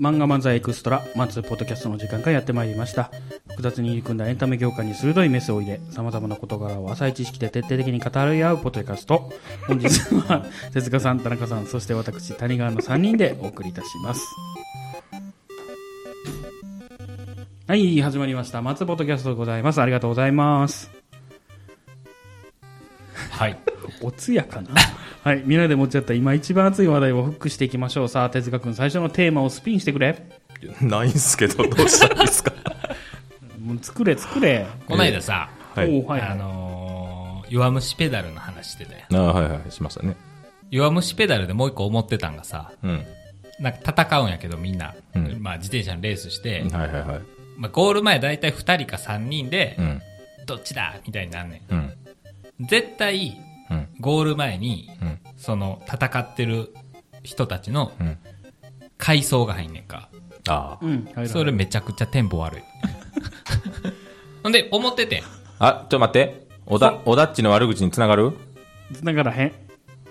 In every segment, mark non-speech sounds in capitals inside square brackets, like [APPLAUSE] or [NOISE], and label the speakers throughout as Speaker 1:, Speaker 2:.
Speaker 1: 漫画漫才エクストラマンツーポッドキャストの時間がやってまいりました複雑に入り組んだエンタメ業界に鋭いメスを入れさまざまな事柄を浅い知識で徹底的に語り合うポッドキャスト本日は手塚さん田中さんそして私谷川の3人でお送りいたしますはい始まりましたマンツーポッドキャストでございますありがとうございます
Speaker 2: はい。
Speaker 1: おつやかなはい皆で持ち合った今一番熱い話題をフックしていきましょうさあ手塚君最初のテーマをスピンしてくれ
Speaker 3: [LAUGHS] ないんすけど、どうしたらい
Speaker 1: [LAUGHS]
Speaker 3: いですか
Speaker 1: もう作れ作れ
Speaker 2: この間さ、
Speaker 3: はい。
Speaker 1: おうはいはい
Speaker 2: あのー弱虫ペダルの話してたよ。
Speaker 3: ああはいはい、しましたね。
Speaker 2: 弱虫ペダルでもう一個思ってたんがさ、
Speaker 3: うん。
Speaker 2: なんか戦うんやけどみんな、
Speaker 3: うん
Speaker 2: まあ自転車のレースして、
Speaker 3: はいはいはい。
Speaker 2: まあゴール前だいたい2人か3人で、
Speaker 3: うん。
Speaker 2: どっちだみたいになんね
Speaker 3: うん。
Speaker 2: ん。絶対、
Speaker 3: うん。
Speaker 2: ゴール前に、
Speaker 3: うん。
Speaker 2: その戦ってる人たちの
Speaker 3: うん。
Speaker 2: 階層が入んねんか。
Speaker 3: あ
Speaker 1: うん入らない
Speaker 2: それめちゃくちゃテンポ
Speaker 3: [LAUGHS]
Speaker 2: 悪い。ほんで、思っててん。
Speaker 3: あ。あ、ちょっと待って。おだ、おだっちの悪口につながる
Speaker 1: 繋がらへん。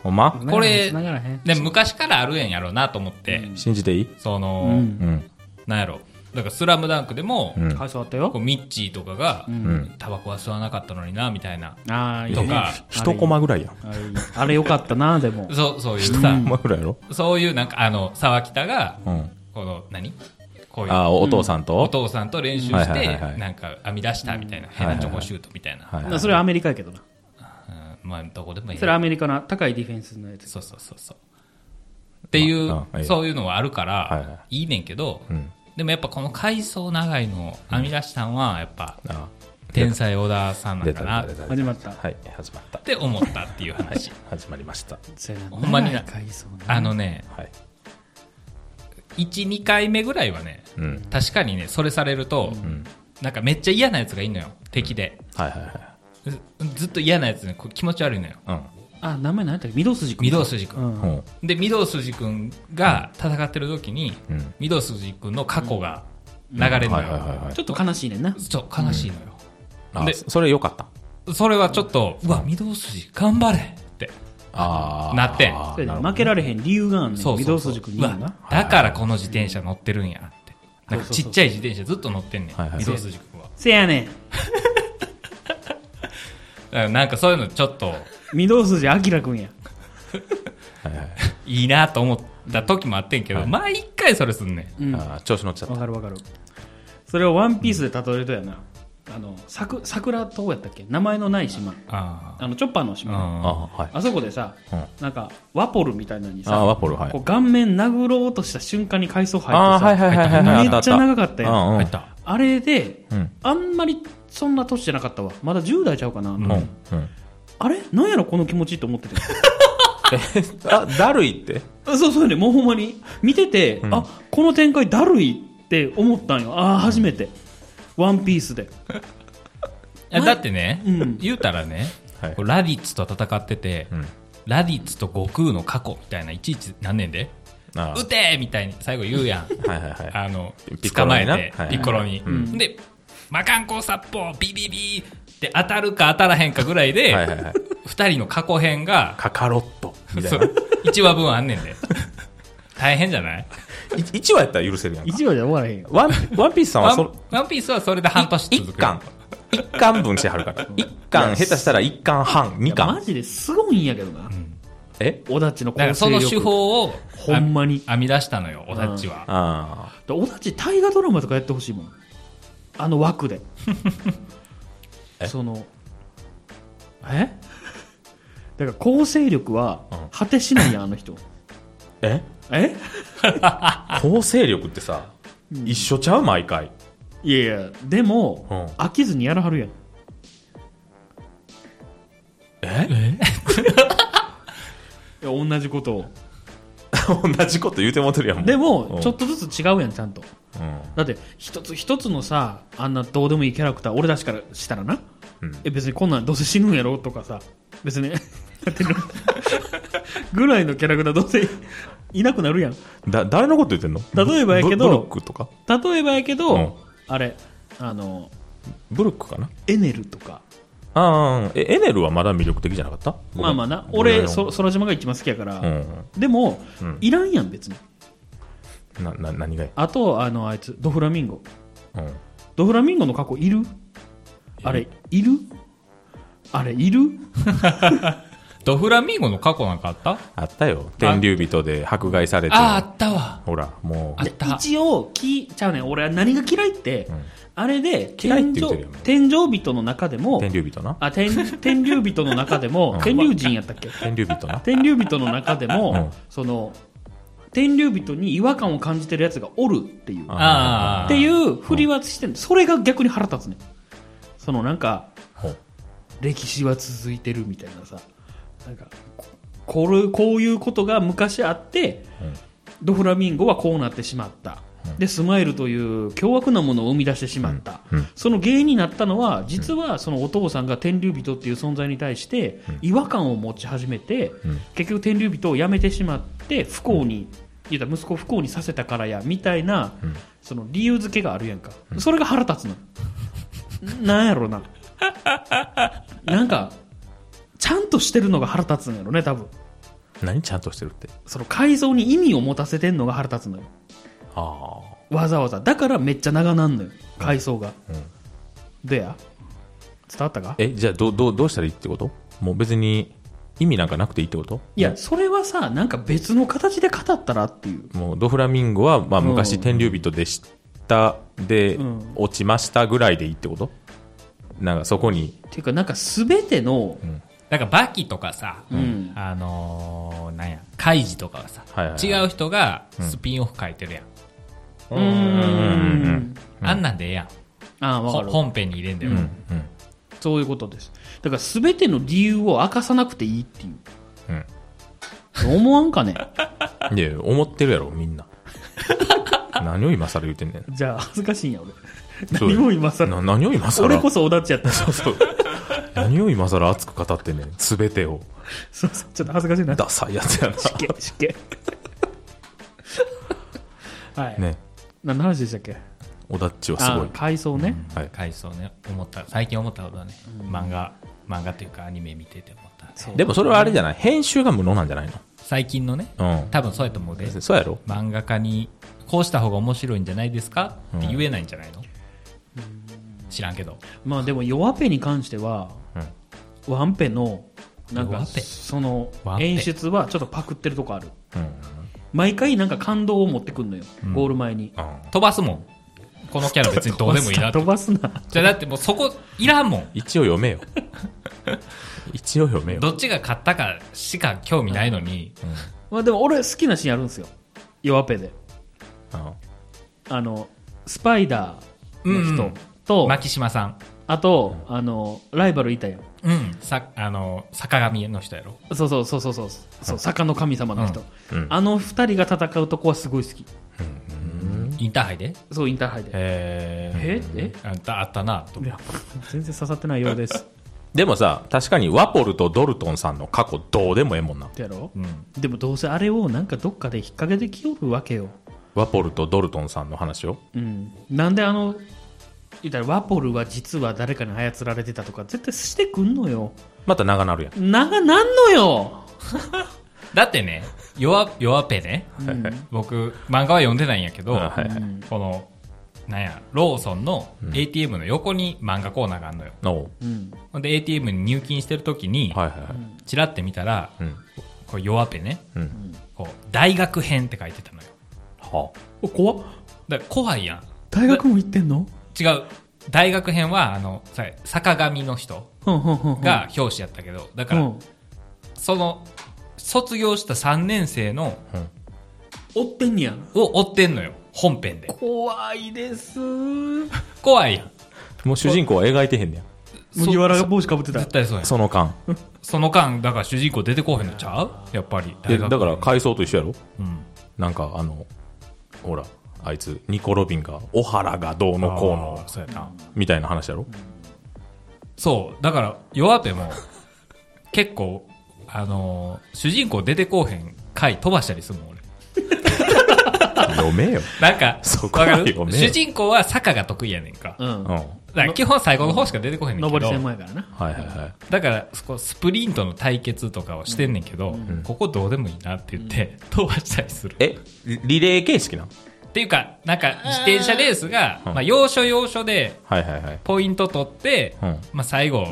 Speaker 3: ほんま
Speaker 2: これ
Speaker 1: 繋がらへん。
Speaker 2: で、昔からあるんやろうなと思って、
Speaker 3: 信じていい
Speaker 2: そうの、
Speaker 1: ん。
Speaker 3: うん。
Speaker 2: なんやろだから「スラムダンクでも、
Speaker 3: うん。
Speaker 1: はい、そうだった
Speaker 2: こう
Speaker 1: よ。
Speaker 2: ミッチーとかが、
Speaker 3: うん。
Speaker 2: タバコは吸わなかったのになみたいな
Speaker 1: ああ、いい
Speaker 2: と
Speaker 1: ね。
Speaker 2: か、
Speaker 3: 一コマぐらいやん。
Speaker 1: あれいいねあれよかった [LAUGHS] な、でも。
Speaker 2: そうそういうさ
Speaker 3: 一コマぐらいやろ
Speaker 2: そういうなんかあの沢北が、
Speaker 3: うん。
Speaker 2: この何こういう
Speaker 3: ああ、お父さんと
Speaker 2: お父さんと練習して、
Speaker 3: はいはいはいはい
Speaker 2: なんか編み出したみたいな、変なチョコシュートみたいな、
Speaker 3: はいはい
Speaker 1: なそれはアメリカやけどな。
Speaker 2: うん、まあどこでもいい
Speaker 1: それはアメリカの高いディフェンスのやつ。
Speaker 2: そうそうそうそうっていう、
Speaker 3: ああいいよ
Speaker 2: そういうのはあるから、
Speaker 3: はい
Speaker 2: い、
Speaker 3: はい
Speaker 2: ねんけど、
Speaker 3: うん。
Speaker 2: でもやっぱこの階層長いのを編み出したんはやっぱ
Speaker 3: あ
Speaker 2: 天才小田さんなん
Speaker 3: 出
Speaker 2: か
Speaker 3: た
Speaker 2: な
Speaker 3: 出た出
Speaker 1: 始まった
Speaker 3: た。はい、始まった
Speaker 2: っ。て思ったっていう話
Speaker 3: 始まりました。
Speaker 2: ほんまにな
Speaker 1: 高いそうな。
Speaker 2: あのね
Speaker 3: はい。
Speaker 2: 12回目ぐらいはね
Speaker 3: うん。
Speaker 2: 確かにねそれされると、
Speaker 3: ん
Speaker 2: なんかめっちゃ嫌なやつがいんのよ敵で
Speaker 3: はいはいはい。
Speaker 2: ずずっと嫌なやつでこう気持ち悪いのよ
Speaker 1: あ、名前何やったっけ御堂筋君。
Speaker 2: 御堂筋君
Speaker 1: う。
Speaker 3: うんん。うん。
Speaker 2: で御堂筋君が戦ってる時に
Speaker 3: うん。
Speaker 2: 御堂筋君の過去が流れるの
Speaker 3: はいはいはいは
Speaker 2: よ
Speaker 3: い
Speaker 1: ちょっと悲しいねんな。
Speaker 2: ちょっと悲しいのよ、
Speaker 3: あ
Speaker 2: で、
Speaker 3: それ良かった。
Speaker 2: それはちょっとうわ御堂筋頑張れって
Speaker 3: ああ。
Speaker 2: なってん
Speaker 3: あ
Speaker 1: そ
Speaker 3: ー
Speaker 1: れで
Speaker 3: なるほど
Speaker 1: 負けられへん理由があんねん。
Speaker 2: そ
Speaker 1: 御
Speaker 2: うそ
Speaker 1: 堂
Speaker 2: うそう
Speaker 1: 筋君には
Speaker 2: うわ
Speaker 1: な。
Speaker 2: だからこの自転車乗ってるんやってなんか
Speaker 1: そうそう
Speaker 2: ち
Speaker 1: そう
Speaker 2: っちゃい自転車ずっと乗ってんねん
Speaker 3: はいはい
Speaker 2: 御堂筋君は
Speaker 1: せやねん。
Speaker 2: だからなんかそういうのちょっと
Speaker 1: 御堂筋明君や。
Speaker 3: はいはい
Speaker 2: いいなと思った時もあってんけど、
Speaker 3: はい
Speaker 2: 毎回それすんねん
Speaker 1: うん。わ
Speaker 3: あー調子乗っちゃった。
Speaker 1: かるわかる。それをワンピースで例えるとやな。あの、さく桜島やったっけ名前のない島。
Speaker 2: あ
Speaker 1: あの、チョッパーの島。
Speaker 3: あ
Speaker 2: あ
Speaker 3: はい。
Speaker 1: あそこでさ、
Speaker 3: うん
Speaker 1: なんかワポルみたいなのに
Speaker 3: あ
Speaker 1: さ、
Speaker 3: ワポル、はい
Speaker 1: こ。う顔面殴ろうとした瞬間に階層入ってさ、
Speaker 3: あーはいはいはいはいはい。
Speaker 1: めっちゃ長かったやん
Speaker 3: あ
Speaker 2: 入
Speaker 3: あ
Speaker 2: った
Speaker 1: あれで、
Speaker 3: うん
Speaker 1: あんまりそんな年じゃなかったわ、まだ10代ちゃうかな、
Speaker 2: ん
Speaker 3: うんうん
Speaker 2: う
Speaker 3: うん
Speaker 1: あれ、なんやろ、この気持ちと思ってて、
Speaker 3: あ、だるいって。
Speaker 1: あそうそうよね、もうほんまに、見てて、
Speaker 3: ん
Speaker 1: あこの展開、だるいって思ったんよ、ああ、初めて、ワンピースで、
Speaker 2: いやだってね、
Speaker 1: うん
Speaker 2: 言うたらね、
Speaker 3: はい
Speaker 2: こうラディッツと戦ってて、
Speaker 3: うん。
Speaker 2: ラディッツと悟空の過去みたいないちいちなんねんで
Speaker 3: あ
Speaker 2: 撃てみたいに最後言うやん
Speaker 3: はいはいはい。
Speaker 2: あの
Speaker 3: ピッコ
Speaker 2: 捕
Speaker 3: ロ
Speaker 2: まえ
Speaker 3: にな
Speaker 2: て
Speaker 3: はいはい
Speaker 2: ピッコロに、
Speaker 1: うん
Speaker 2: で魔漢光殺法ビビビって当たるか当たらへんかぐらいで、
Speaker 3: はいはいはい。
Speaker 2: 2人の過去編が
Speaker 3: カカロット。みたい
Speaker 2: そ
Speaker 3: な。
Speaker 2: う1話分あんねんで [LAUGHS] 大変じゃない
Speaker 3: 1話やったら許せるやんか。
Speaker 1: 1話じゃ終わらへんよ、
Speaker 3: ワンワンピースさん
Speaker 2: ワ
Speaker 3: は
Speaker 2: ン
Speaker 3: そ、
Speaker 2: ワンピースはそれで半年続
Speaker 3: 1
Speaker 2: く
Speaker 3: 巻。1巻分してはるから。1巻、下手したら1巻半、
Speaker 1: い
Speaker 3: 2
Speaker 1: やマ
Speaker 3: 巻。
Speaker 1: ジですごいんやけどな、
Speaker 3: え
Speaker 1: 小田っちの
Speaker 2: だからその手法を
Speaker 1: ほんまに
Speaker 2: あ編み出したのよおたちは、
Speaker 3: ああ。
Speaker 1: だから俺たち大河ドラマとかやってほしいもんあの枠で
Speaker 3: [LAUGHS] え
Speaker 1: そのえだから構成力は
Speaker 3: うん
Speaker 1: 果てしないやんあの
Speaker 3: [LAUGHS]
Speaker 1: 人
Speaker 3: え
Speaker 1: え
Speaker 3: 構成力ってさ、一緒ちゃう毎回。
Speaker 1: いやいやでも、
Speaker 3: うん
Speaker 1: 飽きずにやらはるやん
Speaker 3: え
Speaker 1: いや同じことを
Speaker 3: 同じこと言うてもうてるやん。
Speaker 1: で
Speaker 3: う
Speaker 1: も
Speaker 3: ん
Speaker 1: ちょっとずつ違うやんちゃんと
Speaker 3: うん。
Speaker 1: だって一つ一つのさあんなどうでもいいキャラクター俺たちからしたらな、
Speaker 3: うん
Speaker 1: え別にこんなんどうせ死ぬんやろとかさ別
Speaker 3: [LAUGHS]
Speaker 1: に [LAUGHS] やってるぐらいのキャラクターどうせいなくなるやん
Speaker 3: だ、誰のこと言ってんの
Speaker 1: 例えばやけど
Speaker 3: ブブルックとか
Speaker 1: 例えばやけど、
Speaker 3: うん
Speaker 1: あれあの
Speaker 3: ブルックかな
Speaker 1: エネルとか
Speaker 3: あああ、え、エネルはまだ魅力的じゃなかった
Speaker 1: まあまあな
Speaker 3: 僕
Speaker 1: 俺
Speaker 3: 僕
Speaker 1: そ空島が一番好きやから、
Speaker 3: うん。
Speaker 1: でも、
Speaker 3: うん
Speaker 1: いらんやん別に
Speaker 3: な、な、何がや
Speaker 1: あとあのあいつドフラミンゴ
Speaker 3: うん。
Speaker 1: ドフラミンゴの過去いるあれいるあれいる
Speaker 2: ドフラミンゴの過去なんかあった
Speaker 3: あったよ。天竜人で迫害されて。
Speaker 2: あ、あったわ。
Speaker 3: ほら、も
Speaker 2: あった
Speaker 1: 一応きちゃうねん俺は何が嫌いって、
Speaker 3: ん
Speaker 1: あれで
Speaker 3: 嫌いっ
Speaker 1: 天
Speaker 3: て
Speaker 1: 井
Speaker 3: 言ってるやん
Speaker 1: 天井人の中で
Speaker 3: う、
Speaker 1: も
Speaker 3: 天竜人な。
Speaker 1: あ天 [LAUGHS] 天竜人の中でも、
Speaker 3: うん
Speaker 1: 天竜人やったっけ
Speaker 3: 天竜
Speaker 1: [LAUGHS]
Speaker 3: 人な。
Speaker 1: 天竜人の中でも、
Speaker 3: うん
Speaker 1: その天竜人に違和感を感じてるやつがおるっていう
Speaker 3: あ
Speaker 2: ああ。
Speaker 1: っていう振りはしてんそれが逆に腹立つねそのなんか
Speaker 3: ほう
Speaker 1: 歴史は続いてるみたいなさなんかここれこういうことが昔あって、
Speaker 3: うん
Speaker 1: ドフラミンゴはこうなってしまった、でスマイルという凶悪なものを生み出してしまった、
Speaker 3: うんうん
Speaker 1: その原因になったのは実はそのお父さんが天竜人っていう存在に対して違和感を持ち始めて、
Speaker 3: ん
Speaker 1: 結局天竜人を辞めてしまって不幸に、言うたら息子を不幸にさせたからやみたいな、その理由付けがあるやんか、それが腹立つの
Speaker 3: [LAUGHS]
Speaker 1: なんやろななんか、ちゃんとしてるのが腹立つんやろね、多分。
Speaker 3: 何ちゃんとしてるって。
Speaker 1: その改造に意味を持たせてんのが腹立つのよ。
Speaker 3: あ
Speaker 1: わざわざ。だからめっちゃ長なんのよ、改造が。
Speaker 3: うん
Speaker 1: でや伝わったか
Speaker 3: あ。え、じゃあ、どう、どう、どうしたらいいってこともう別に、意味なんかなくていいってこと
Speaker 1: いや、それはさ、なんか別の形で語ったらっていう。
Speaker 3: もうドフラミンゴは、まあ、
Speaker 1: う
Speaker 3: 昔
Speaker 1: ん
Speaker 3: 天竜人でしたで
Speaker 1: うん
Speaker 3: 落ちましたぐらいでいいってことなんかそこに
Speaker 1: っていうか、なんか全ての、
Speaker 2: なんかバキとかさ、
Speaker 1: ん
Speaker 2: あのー、なんや、カイジとかはさ、
Speaker 3: はいはいはい
Speaker 2: 違う人がスピンオフ書いてるやん。
Speaker 1: うーん。
Speaker 2: あんなんでええやん。
Speaker 1: ああ、
Speaker 2: ほ
Speaker 1: わかる。
Speaker 2: 本編に入れんだよ。
Speaker 3: うんうん
Speaker 1: そういうことです。だから全ての理由を明かさなくていいっていう。 [LAUGHS] 思わんかね
Speaker 3: うんいや思ってるやろみんな [LAUGHS] 何を今更言うてんねん
Speaker 1: じゃあ、恥ずかしいんや、俺。
Speaker 3: そう
Speaker 1: 何を今更
Speaker 3: な何を今更
Speaker 1: 俺こそおだっちやった。
Speaker 3: そうそう何を今更熱く語ってんねん全てを
Speaker 1: そうそうちょっと恥ずかしいな。
Speaker 3: ダサいやつやな
Speaker 1: 湿気、湿気。はい。
Speaker 3: ね
Speaker 1: 何の話でしたっけ
Speaker 3: おだっちはす
Speaker 1: あ
Speaker 3: ごい
Speaker 1: ー海藻ね。
Speaker 3: はい
Speaker 2: 回想ね、思った、最近思ったことはね、漫画、漫画というかアニメ見てて思った。
Speaker 3: でもそれはあれじゃない編集が無能なんじゃない
Speaker 2: 最近のね、
Speaker 3: の
Speaker 2: 多分そうやと思うで
Speaker 3: う、んそうやろ
Speaker 2: 漫画家にこうした方が面白いんじゃないですかって言えないんじゃないの、知らんけど。
Speaker 1: まあでも、弱ペに関しては、ワンペの、なんか、
Speaker 2: 弱ペ
Speaker 1: その
Speaker 2: ワン、ペ
Speaker 1: 演出はちょっとパクってるとこある。
Speaker 3: うんうん
Speaker 1: 毎回なんか感動を持ってくんのよ。ゴール前に。
Speaker 3: うん
Speaker 2: 飛ばすもん。このキャラ別にどうでもいいなって
Speaker 1: 飛ばすな。
Speaker 2: じゃあだってもうそこいらんもん。
Speaker 3: 一応
Speaker 1: [LAUGHS]
Speaker 3: 読めよ一応読めよ
Speaker 2: どっちが勝ったかしか興味ないのに、
Speaker 1: まあでも、俺好きなシーンあるんですよ。弱ペで。
Speaker 3: あ
Speaker 1: あの、スパイダー
Speaker 2: う
Speaker 1: の
Speaker 2: ん
Speaker 1: 人と、
Speaker 2: 牧島さん。
Speaker 1: あと、あの、ライバルいたやん。
Speaker 2: うん。さ、あの、坂上の人やろ。
Speaker 1: そうそうそうそうそうそう坂の神様の人、
Speaker 3: うんうん
Speaker 1: あの二人が戦うとこはすごい好き
Speaker 2: インターハイで
Speaker 1: そうインターハイで
Speaker 2: え
Speaker 1: ええ
Speaker 2: ー、あったあったなと
Speaker 1: い
Speaker 2: 思う。
Speaker 1: や全然刺さってないよう
Speaker 3: [LAUGHS]
Speaker 1: ですっ
Speaker 3: でもさ確かにワポルとドルトンさんの過去どうでもええもんな
Speaker 1: てやろ
Speaker 2: うん。
Speaker 1: でもどうせあれをなんかどっかで引っ掛けてきよるわけよ、
Speaker 3: ワポルとドルトンさんの話を
Speaker 1: うん、なんであの言ったらワポルは実は誰かに操られてたとか絶対してくんのよ
Speaker 3: また長なるやん
Speaker 1: 長なんのよ、
Speaker 2: だってね、弱、弱ペね。
Speaker 1: うん
Speaker 3: [LAUGHS]
Speaker 2: 僕、漫画は読んでないんやけど、
Speaker 3: あはいはい
Speaker 1: うん
Speaker 2: この、なんや、ローソンの ATM の横に漫画コーナーがあるのよ。
Speaker 3: おう
Speaker 1: うん
Speaker 2: ほんで ATM に入金してる時に、
Speaker 3: はいはいはい
Speaker 2: チラって見たら、
Speaker 3: うん
Speaker 2: こう弱ペね、
Speaker 3: うん
Speaker 2: こう、大学編って書いてたのよ。
Speaker 3: は
Speaker 1: お怖っ
Speaker 2: だから怖いやん。
Speaker 1: 大学も行ってんの
Speaker 2: 違う大学編はあのさ坂上の人
Speaker 1: ふんふんふんふん
Speaker 2: が表紙やったけど、だか
Speaker 1: う
Speaker 2: ら、
Speaker 1: ん
Speaker 2: その卒業した3年生の
Speaker 1: 追ってんねや
Speaker 2: を追ってんのよ本編で
Speaker 1: 怖い [LAUGHS] です
Speaker 2: 怖いやん
Speaker 3: あもう主人公は描いてへんねや
Speaker 2: そ
Speaker 1: 麦わらが帽子かぶってた
Speaker 2: 絶対そうやんそ
Speaker 3: その間
Speaker 2: の間だから主人公出てこうへんのちゃうやっぱり
Speaker 3: え
Speaker 2: 大学
Speaker 3: だから回想と一緒やろ
Speaker 2: うん
Speaker 3: なんかあのほらあいつニコ・ロビンが小原がどうのこうの
Speaker 2: あーそうやな
Speaker 3: みたいな話やろ
Speaker 2: そうだから弱ペも [LAUGHS] 結構あのー主人公出てこうへん回飛ばしたりするもん俺
Speaker 3: 読めよ
Speaker 2: なんか
Speaker 3: そこは
Speaker 2: わかる
Speaker 3: 読めよ
Speaker 2: 主人公は坂が得意やねんか
Speaker 1: うん
Speaker 3: うん
Speaker 2: から基本最後の方しか出てこへんねんけ
Speaker 1: 上り専
Speaker 2: ど
Speaker 1: 門やからな。
Speaker 3: はいはいはい。
Speaker 2: だからそこスプリントの対決とかをしてんねんけど、ここどうでもいいなって言って、飛ばしたりする
Speaker 3: え、リリレー形式なん
Speaker 2: っていうかなんか自転車レースが、まあ、要所要所で
Speaker 3: はいはいはい。
Speaker 2: ポイント取って、
Speaker 3: うん
Speaker 2: まあ、最後、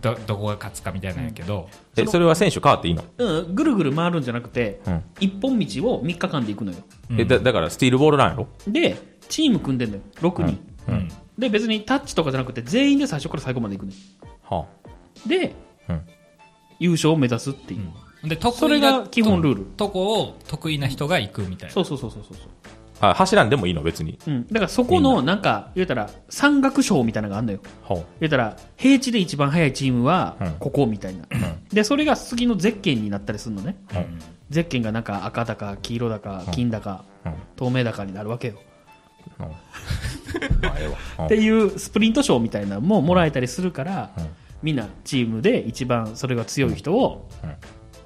Speaker 2: どどこが勝つかみたいなんやけど、
Speaker 3: え、それは選手変わっていいの
Speaker 1: うん、ぐるぐる回るんじゃなくて、
Speaker 3: うん
Speaker 1: 一本道を3日間で行くのよ。
Speaker 3: え、だだからスティールボールなんやろ
Speaker 1: で、チーム組んでんのよ。6人。
Speaker 2: うん
Speaker 1: で、別にタッチとかじゃなくて、全員で最初から最後まで行くのよ。
Speaker 3: は
Speaker 1: で、
Speaker 3: うん
Speaker 1: 優勝を目指すっていう。
Speaker 2: で得意な
Speaker 1: それが基本ルール。
Speaker 2: とこを得意な人が行くみたいな
Speaker 1: そうそうそうそうそう。
Speaker 3: あ。あ、走らんでもいいの別に。
Speaker 1: うん、だからそこのなんか言うたら山岳賞みたいなのがあるのよ
Speaker 3: は
Speaker 1: 言うたら平地で一番速いチームは
Speaker 3: うん
Speaker 1: ここみたいな、でそれが次のゼッケンになったりするのね、
Speaker 3: ん
Speaker 1: ゼッケンがなんか赤だか黄色だか金だか、
Speaker 3: うん
Speaker 1: 透明だかになるわけよ、
Speaker 3: あ。まあ、ええわ。うん
Speaker 1: っていうスプリント賞みたいなのももらえたりするから、
Speaker 3: うん
Speaker 1: みんなチームで一番それが強い人を、
Speaker 3: うん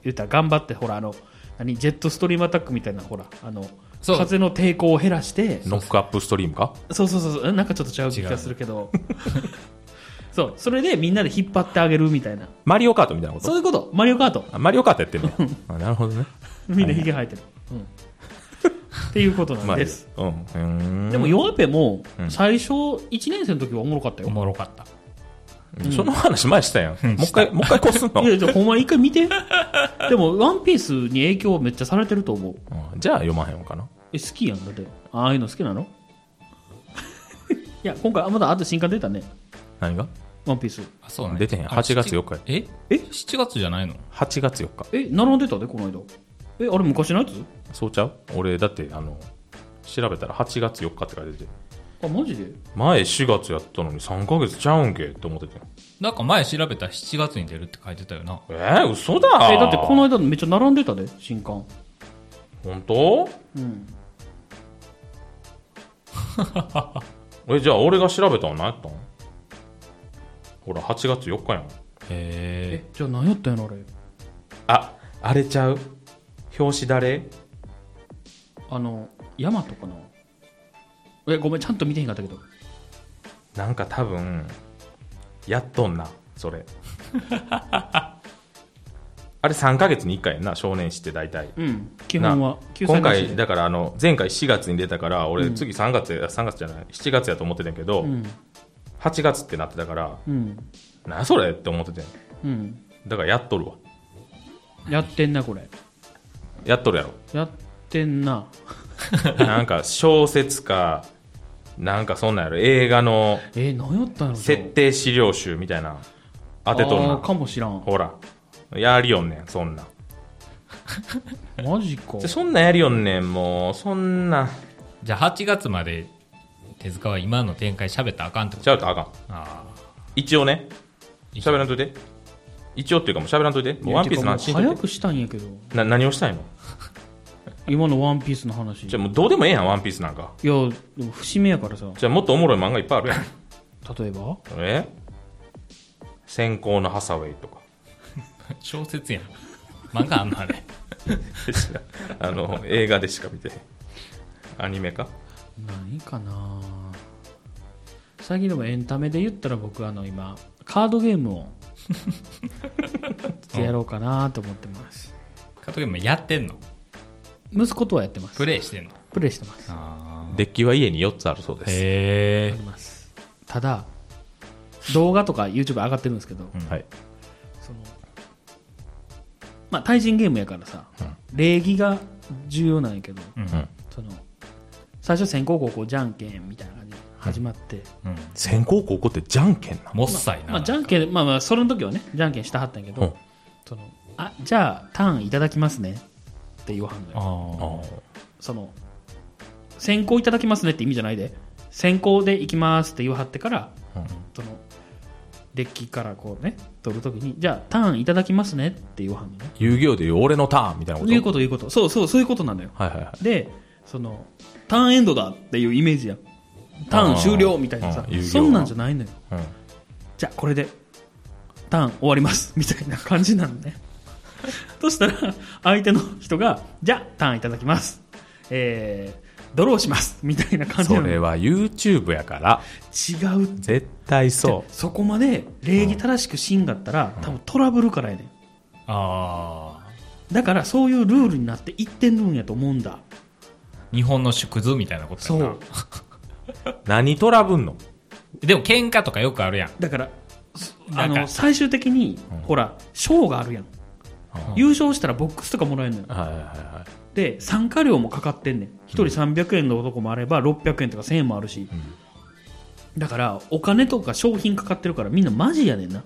Speaker 1: 言うたら頑張ってほらあの何ジェットストリームアタックみたいなほらあの
Speaker 2: そう
Speaker 1: 風の抵抗を減らして
Speaker 3: ノックアップストリームか
Speaker 1: そうそうそうそううんなんかちょっと違う気
Speaker 2: 違う
Speaker 1: がするけど [LAUGHS] そうそれでみんなで引っ張ってあげるみたいな
Speaker 3: マリオカートみたいなこ
Speaker 1: そ
Speaker 3: と
Speaker 1: ういうことマリオカート
Speaker 3: あマリオカートやってんね [LAUGHS] やあなるほどね。
Speaker 1: みんなひげ生えてる、うん、っていうことなん
Speaker 3: あ、
Speaker 1: です、
Speaker 3: うん。うーん
Speaker 1: でもヨアペも
Speaker 3: うん
Speaker 1: 最初1年生の時はおもろかったよ、
Speaker 2: おもろかった
Speaker 3: その話前したやん。もう一回、もう一回こすんの
Speaker 1: いやじゃあほんまに一回見て [LAUGHS] でも「ワンピースに影響めっちゃされてると思う
Speaker 3: うんじゃあ読まへんのかな。
Speaker 1: え好きやんだってああいうの好き
Speaker 3: [LAUGHS]
Speaker 1: なのいや今回あまだあと新刊出たね
Speaker 3: 何が
Speaker 1: 「ワンピース
Speaker 2: あそうね
Speaker 3: 出てへん
Speaker 2: あ
Speaker 3: 8月
Speaker 2: 七
Speaker 3: 4日
Speaker 2: え
Speaker 1: え
Speaker 2: え7月じゃないの
Speaker 3: ?8 月4日。
Speaker 1: え並んでたでこの間えあれ昔のやつ
Speaker 3: そうちゃう俺、だって、あの、調べたら8月4日って書いてて、
Speaker 1: あマジで
Speaker 3: 前4月やったのに3ヶ月ちゃうんけって思ってて。
Speaker 2: なんか前調べたら7月に出るって書いてたよな
Speaker 3: えー、嘘だ
Speaker 1: えだってこの、間めっちゃ並んでたで新刊
Speaker 3: 本当
Speaker 1: うん
Speaker 3: え、じゃあ俺が調べたの何やったんほら、8月4日やん。
Speaker 2: へ
Speaker 1: えじゃあ何やったんやろあれ
Speaker 3: あ、あれちゃう表紙誰
Speaker 1: あのヤマトかなえごめんちゃんと見てへんかったけど
Speaker 3: なんか多分やっとんな
Speaker 1: [LAUGHS]
Speaker 3: それあれ3ヶ月に1回やんな少年誌って大体
Speaker 1: うん基本は
Speaker 3: な
Speaker 1: 救済
Speaker 3: 今
Speaker 1: なしで
Speaker 3: 回だからあの前回4月に出たから俺次3月や、3月じゃない7月やと思ってたんやけど、
Speaker 1: うん
Speaker 3: 8月ってなってたから
Speaker 1: うん
Speaker 3: なそれって思っててん
Speaker 1: うん
Speaker 3: だからやっとるわ
Speaker 1: やってんなこれ
Speaker 3: やっとるやろ [LAUGHS]
Speaker 1: やってんな
Speaker 3: なんか小説かなんかそんなんやろ映画の
Speaker 1: え何やったんやろ
Speaker 3: 設定資料集みたいな当てとん
Speaker 1: あ
Speaker 3: な
Speaker 1: ーかもしらん
Speaker 3: ほらやりよんねんそんなん
Speaker 1: マジか
Speaker 3: でそんなんやりよんねん、もう。そんな。
Speaker 2: えじゃあ8月まで手塚は今の展開喋ったらあかんってこ
Speaker 3: ちゃうとあかん。
Speaker 2: とああ
Speaker 3: 一応ね。喋らんといて。一応っていうかもう喋らんといて。もうワンピースの話
Speaker 1: い
Speaker 3: しん
Speaker 1: やてかもう早
Speaker 3: とい
Speaker 1: く
Speaker 3: て。
Speaker 1: したいんやけど
Speaker 3: な、何をしたいの
Speaker 1: 今の「ワンピースの話い
Speaker 3: じ
Speaker 1: や
Speaker 3: ゃあもうどうでもええやん、ワンピースなんか。
Speaker 1: でも節目やからさ
Speaker 3: じゃあもっとおもろい漫画いっぱいあ [LAUGHS] るやん。
Speaker 1: 例えば
Speaker 3: え先行のハサウェイとか。
Speaker 2: 小説やん漫画あんの
Speaker 1: [LAUGHS]
Speaker 2: あれ
Speaker 3: 知らんあの、映画でしか見てへん。アニメか
Speaker 1: 何かな最近でもエンタメで言ったら僕あの今カードゲー
Speaker 3: [LAUGHS]
Speaker 1: ムをちょっとやろうかなと思ってます、
Speaker 2: 加藤君もやってんの
Speaker 1: 息子とはやってます
Speaker 2: プレイしてんの
Speaker 1: プレイしてますあ
Speaker 2: あ
Speaker 3: デッキは家に4つあるそうです。
Speaker 2: へ
Speaker 1: りますただ動画とか YouTube 上がってるんですけど、
Speaker 3: はい。
Speaker 1: そのまあ対人ゲームやからさ、礼儀が重要なんやけど、
Speaker 2: うん
Speaker 3: ん
Speaker 1: その最初先行後攻じゃんけんみたいな感じで始まって、
Speaker 2: うん
Speaker 3: 先行高校ってじゃんけんな。
Speaker 2: もっさいな、
Speaker 1: まあ、じゃんけん、まあまあ、その時はね、じゃんけんしたはったんやけど、
Speaker 3: うん
Speaker 1: そのあじゃあ、ターンいただきますねって言わはんのよ。
Speaker 2: あ
Speaker 1: その、先行いただきますねって意味じゃないで、先行で行きますって言わはってから、
Speaker 3: うん
Speaker 1: その、デッキからこうね、取るときに、じゃあ、ターンいただきますねって言わはんのね。
Speaker 3: 遊戯王でいう俺のターンみたいなこと。
Speaker 1: いうこと、いうこと。そうそう、そういうことなのよ。
Speaker 3: はいはいはい。
Speaker 1: で、その、ターンエンドだっていうイメージやん。ターン終了みたいなさ
Speaker 3: うん、
Speaker 1: そんなんじゃないのよ。
Speaker 3: うん
Speaker 1: じゃあこれでターン終わります [LAUGHS] みたいな感じなのねそしたら相手の人がじゃあターンいただきますえードローしますみたいな感じ
Speaker 3: そ
Speaker 1: な
Speaker 3: れ
Speaker 1: の
Speaker 3: は YouTube やから、
Speaker 1: 違う
Speaker 3: 絶対そ [LAUGHS]
Speaker 1: そこまで礼儀正しくしんかったら、多分トラブルからやねん
Speaker 2: あ
Speaker 1: だからそういうルールになっていってるんやと思うんだ
Speaker 2: ー日本の縮図みたいなことや
Speaker 1: そ
Speaker 2: な
Speaker 1: う
Speaker 3: う。何トラブんの
Speaker 2: でも喧嘩とかよくあるやん
Speaker 1: だからす
Speaker 2: な
Speaker 1: あ
Speaker 2: んか
Speaker 1: の最終的に、ほら賞があるやん、優勝したらボックスとかもらえるのよ
Speaker 3: はいはいは
Speaker 1: で参加料もかかってんねん1人300円の男もあれば600円とか1000円もあるし、だからお金とか商品かかってるからみんなマジやねんな、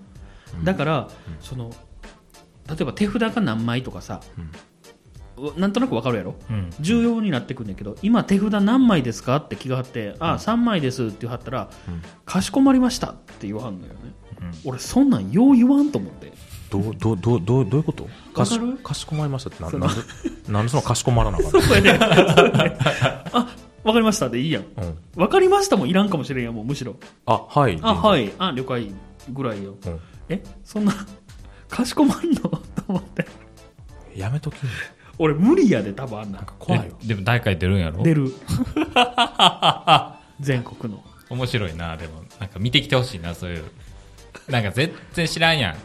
Speaker 1: だから、その例えば手札が何枚とかさ、うなんとなくわかるやろ
Speaker 2: うん
Speaker 1: 重要になってくるんだけど今手札何枚ですかって気があってあ3枚ですって言わはったら、かしこまりましたって言わはんのよね、俺そんなんよう言わんと思って
Speaker 3: い。どう、どう、どう、どうどういうことかし
Speaker 1: わかる
Speaker 3: かしこまりましたって、なんなんで、 [LAUGHS] なんでそのかしこまらなあかった
Speaker 1: そうやねあわかりましたでいいやん
Speaker 3: うん。
Speaker 1: わかりましたもいらんかもしれんやんもうむしろ
Speaker 3: あ、はい。
Speaker 1: あ
Speaker 3: い。
Speaker 1: はいあ了解ぐらいよ
Speaker 3: うん
Speaker 1: えそんなかしこまんのと思って
Speaker 3: やめとき。
Speaker 1: 俺無理やで多分あんなん
Speaker 3: なんか怖いわ。
Speaker 2: えでも大会出るんやろ
Speaker 1: 出る [LAUGHS] 全国の
Speaker 2: 面白いなでもなんか見てきてほしいなそういうなんか全然知らんやん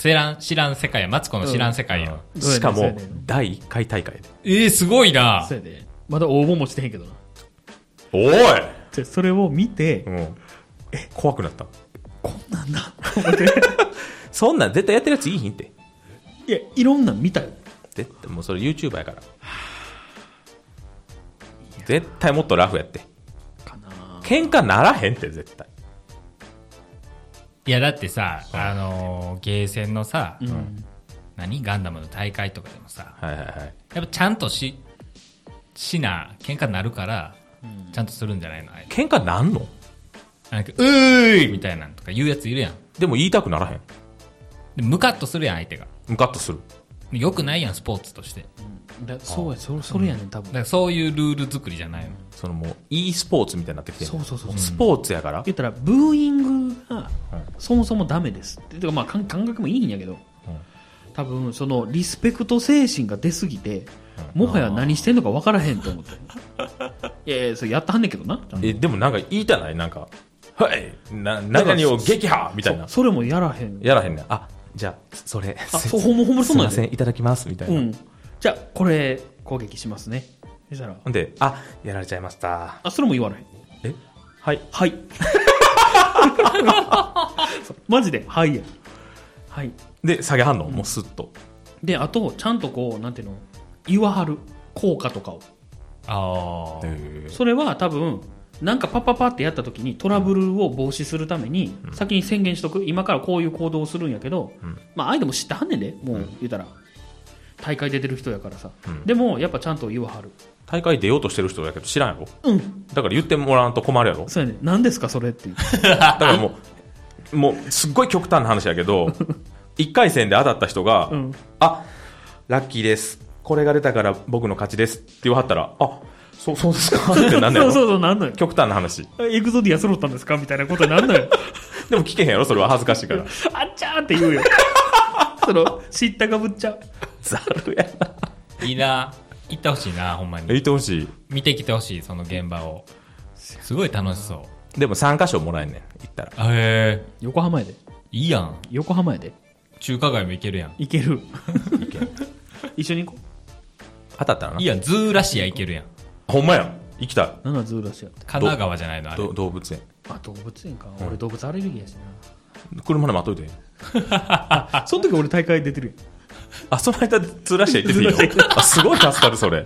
Speaker 2: 知らん知らん世界やマツコの知らん世界やん、
Speaker 1: ん
Speaker 3: しか
Speaker 1: そう
Speaker 3: も
Speaker 1: やねん、
Speaker 3: 第1回大会で。
Speaker 2: えー、すごいな
Speaker 1: そうやでまだ応募もしてへんけどな
Speaker 3: おい
Speaker 1: じゃあそれを見て
Speaker 3: うん。え、怖くなった。
Speaker 1: こんなんだと思って
Speaker 3: そんなん絶対やってるやついいひんって。
Speaker 1: いやいろんなん見たよ
Speaker 3: 絶対、もうそれ YouTuber やから。絶対もっとラフやって。
Speaker 1: かな
Speaker 3: 喧嘩ならへんって、絶対。
Speaker 2: いやだってさ、あのーゲーセンのさ、何ガンダムの大会とかでもさ
Speaker 3: はいはいはい。
Speaker 2: やっぱちゃんとししな喧嘩になるから、ちゃんとするんじゃないのあれ
Speaker 3: 喧嘩なんの
Speaker 2: なんか「うーい!」みたいなのとか言うやついるやん
Speaker 3: でも言いたくならへん。
Speaker 2: でムカッとするやん相手が
Speaker 3: ムカッとする。
Speaker 2: でよくないやんスポーツとして
Speaker 1: だそうやそれそれやねん多
Speaker 2: だ
Speaker 1: 分
Speaker 2: からそういうルール作りじゃないの
Speaker 3: そのもう e スポーツみたいになってきてる
Speaker 1: そうそうそう
Speaker 3: もスポーツやから、
Speaker 1: 言ったらブーイングがそもそもダメですっててかまあ感感覚もいいんやけど、多分そのリスペクト精神が出すぎて、もはや何してんのか分からへんと [LAUGHS] 思っていやいやそれやったはんねんけどな
Speaker 3: えでもなんか言いたないなんか「はいな何々を撃破!」みたいな
Speaker 1: それもやらへん
Speaker 3: やらへんねんあじゃあそれ
Speaker 1: あ
Speaker 3: す
Speaker 1: そうほんまほんまそう
Speaker 3: す
Speaker 1: な
Speaker 3: い
Speaker 1: ん
Speaker 3: ま
Speaker 1: や
Speaker 3: せ
Speaker 1: で
Speaker 3: んいただきますみたいうな、
Speaker 1: んじゃあこれ攻撃しますねそしたら
Speaker 3: ほんで「あやられちゃいました
Speaker 1: あそれも言わない」
Speaker 3: えはい
Speaker 1: はい [LAUGHS] そうマジではいやはい
Speaker 3: で下げ反応、もうスッと
Speaker 1: であとちゃんとこうなんていうの言わはる効果とかを
Speaker 2: ああ、
Speaker 1: それは多分なんかパッパッパってやった時にトラブルを防止するために先に宣言しとく今からこういう行動をするんやけど、まあ相手も知ってはんねんでもう言うたら大会出てる人やからさ、でもやっぱちゃんと言わはる
Speaker 3: 大会出ようとしてる人だけど知らんやろ
Speaker 1: うん
Speaker 3: だから言ってもらわんと困るやろ
Speaker 1: そうやね何ですかそれっていう
Speaker 3: だからもうもうすっごい極端な話やけ [LAUGHS] ど1回戦で当たった人が「
Speaker 1: うん
Speaker 3: あラッキーですこれが出たから僕の勝ちです」って言わはったら「あそう [LAUGHS] そうですか」ってなんだ
Speaker 1: そう [LAUGHS] そ
Speaker 3: よ
Speaker 1: うそうなんのよ
Speaker 3: 極端な話
Speaker 1: エグゾディア揃ったんですかみたいなことになん [LAUGHS] のよ
Speaker 3: でも聞けへんやろそれは恥ずかしいから
Speaker 1: あっちゃーって言うよその知ったかぶっちゃう
Speaker 3: ざるやない
Speaker 2: いな行ってほしいなほんまに
Speaker 3: 言ってほしい
Speaker 2: 見てきてほしいその現場をすごい楽しそう
Speaker 3: でも参加賞もらえんねん行ったら
Speaker 2: あへえ
Speaker 1: 横浜やで
Speaker 2: いいやん
Speaker 1: 横浜やで
Speaker 2: 中華街も行けるやん
Speaker 1: 行ける
Speaker 3: いけん
Speaker 1: 一緒に行こ
Speaker 3: 当たったらない
Speaker 2: いやんズーラシア行けるやん
Speaker 3: ほんまや行きたいう
Speaker 1: 7ズーラシアって
Speaker 2: 神奈川じゃないのあれ
Speaker 3: ど動物園
Speaker 1: あ動物園か俺動物アレルギーやしな
Speaker 3: 車で待っといて
Speaker 1: その時俺大会出てる
Speaker 3: あその間ずらして行ってていいよあすごい助かるそれ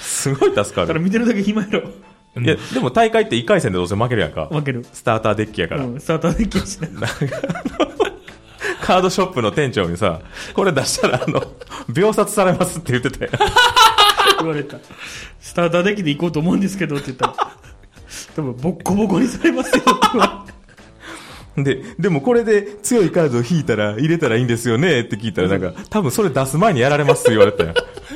Speaker 3: すごい助か
Speaker 1: だから
Speaker 3: る
Speaker 1: 見てるだけ暇やろ
Speaker 3: いやでも大会って1回戦でどうせ負けるやんか
Speaker 1: 負ける
Speaker 3: スターターデッキやから、
Speaker 1: うんスターターできや [LAUGHS] しな
Speaker 3: カードショップの店長にさ、これ出したら、あの、秒殺されますって言ってて、
Speaker 1: 言われたスターターできで行こうと思うんですけどって言ったら多分ボッコボコにされますよって言われた
Speaker 3: で、でもこれで強いカードを引いたら、入れたらいいんですよねって聞いたら、なんか、多分それ出す前にやられますって言われたよ。
Speaker 1: [LAUGHS]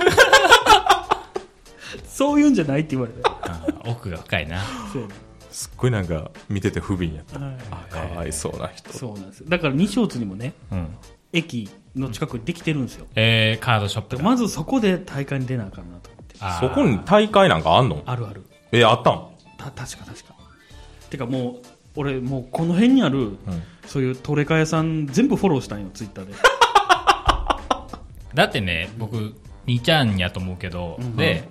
Speaker 1: そういうんじゃないって言われた
Speaker 2: あー奥が深いな
Speaker 1: そうやね
Speaker 3: すっごいなんか、見てて不憫やった。
Speaker 1: はい
Speaker 3: あ、かわいそうな人。
Speaker 1: そうなんですよだから西大津にもね
Speaker 2: うん
Speaker 1: 駅の近くにできてるんですよ
Speaker 2: えー、カードショップ
Speaker 1: で
Speaker 2: だ
Speaker 1: まずそこで大会に出なあかんなと思って
Speaker 2: あ
Speaker 3: そ
Speaker 2: ー
Speaker 3: こに大会なんかあんの
Speaker 1: あるある
Speaker 3: え、あったん
Speaker 1: た確か確かてかもう俺もうこの辺にある、そういうトレカ屋さん全部フォローしたんよツイッターで
Speaker 3: [LAUGHS]
Speaker 2: だってね、僕、2ちゃんやと思うけど、で、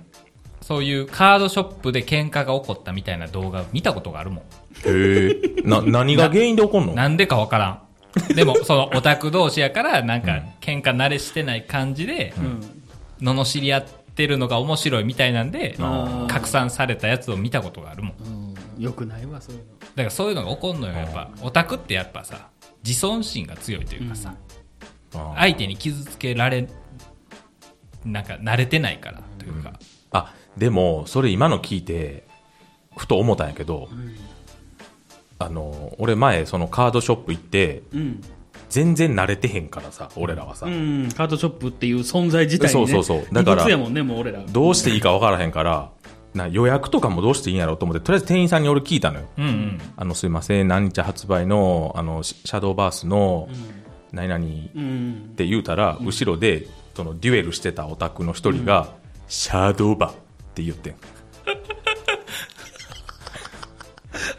Speaker 2: そういうカードショップで喧嘩が起こったみたいな動画見たことがあるもん。
Speaker 3: へえ。な、何が原因で起こんの
Speaker 2: なんでかわからん。でも、そのオタク同士やから、なんか、喧嘩慣れしてない感じで、
Speaker 1: うん
Speaker 2: 罵り合ってるのが面白いみたいなんで、
Speaker 1: あー
Speaker 2: 拡散されたやつを見たことがあるもん。だ
Speaker 1: うんよくないわそういうの
Speaker 2: からそういうのが起こんのよ、やっぱ。オタクってやっぱさ、自尊心が強いというかさ、
Speaker 3: あー
Speaker 2: 相手に傷つけられ、なんか慣れてないからというか。
Speaker 3: あ、でも、それ今の聞いて、ふと思ったんやけど、あの、俺前、そのカードショップ行って、
Speaker 1: うん、
Speaker 3: 全然慣れてへんからさ、俺らはさ。
Speaker 1: うん、カートショップっていう存在自体に、
Speaker 3: そ
Speaker 1: ね、
Speaker 3: うそうそうだか
Speaker 1: 理
Speaker 3: ら
Speaker 1: 屈やもんねもう俺ら
Speaker 3: どうしていいか分からへんから、な予約とかもどうしていいんやろうと思って、とりあえず店員さんに俺聞いたのよ。
Speaker 2: うんうん。
Speaker 3: あの、すいません、何日発売の、あの、シシャドーバースの、何々
Speaker 1: うん
Speaker 3: って言うたら、後ろでそのデュエルしてたオタクの一人が、シャドーバって言ってん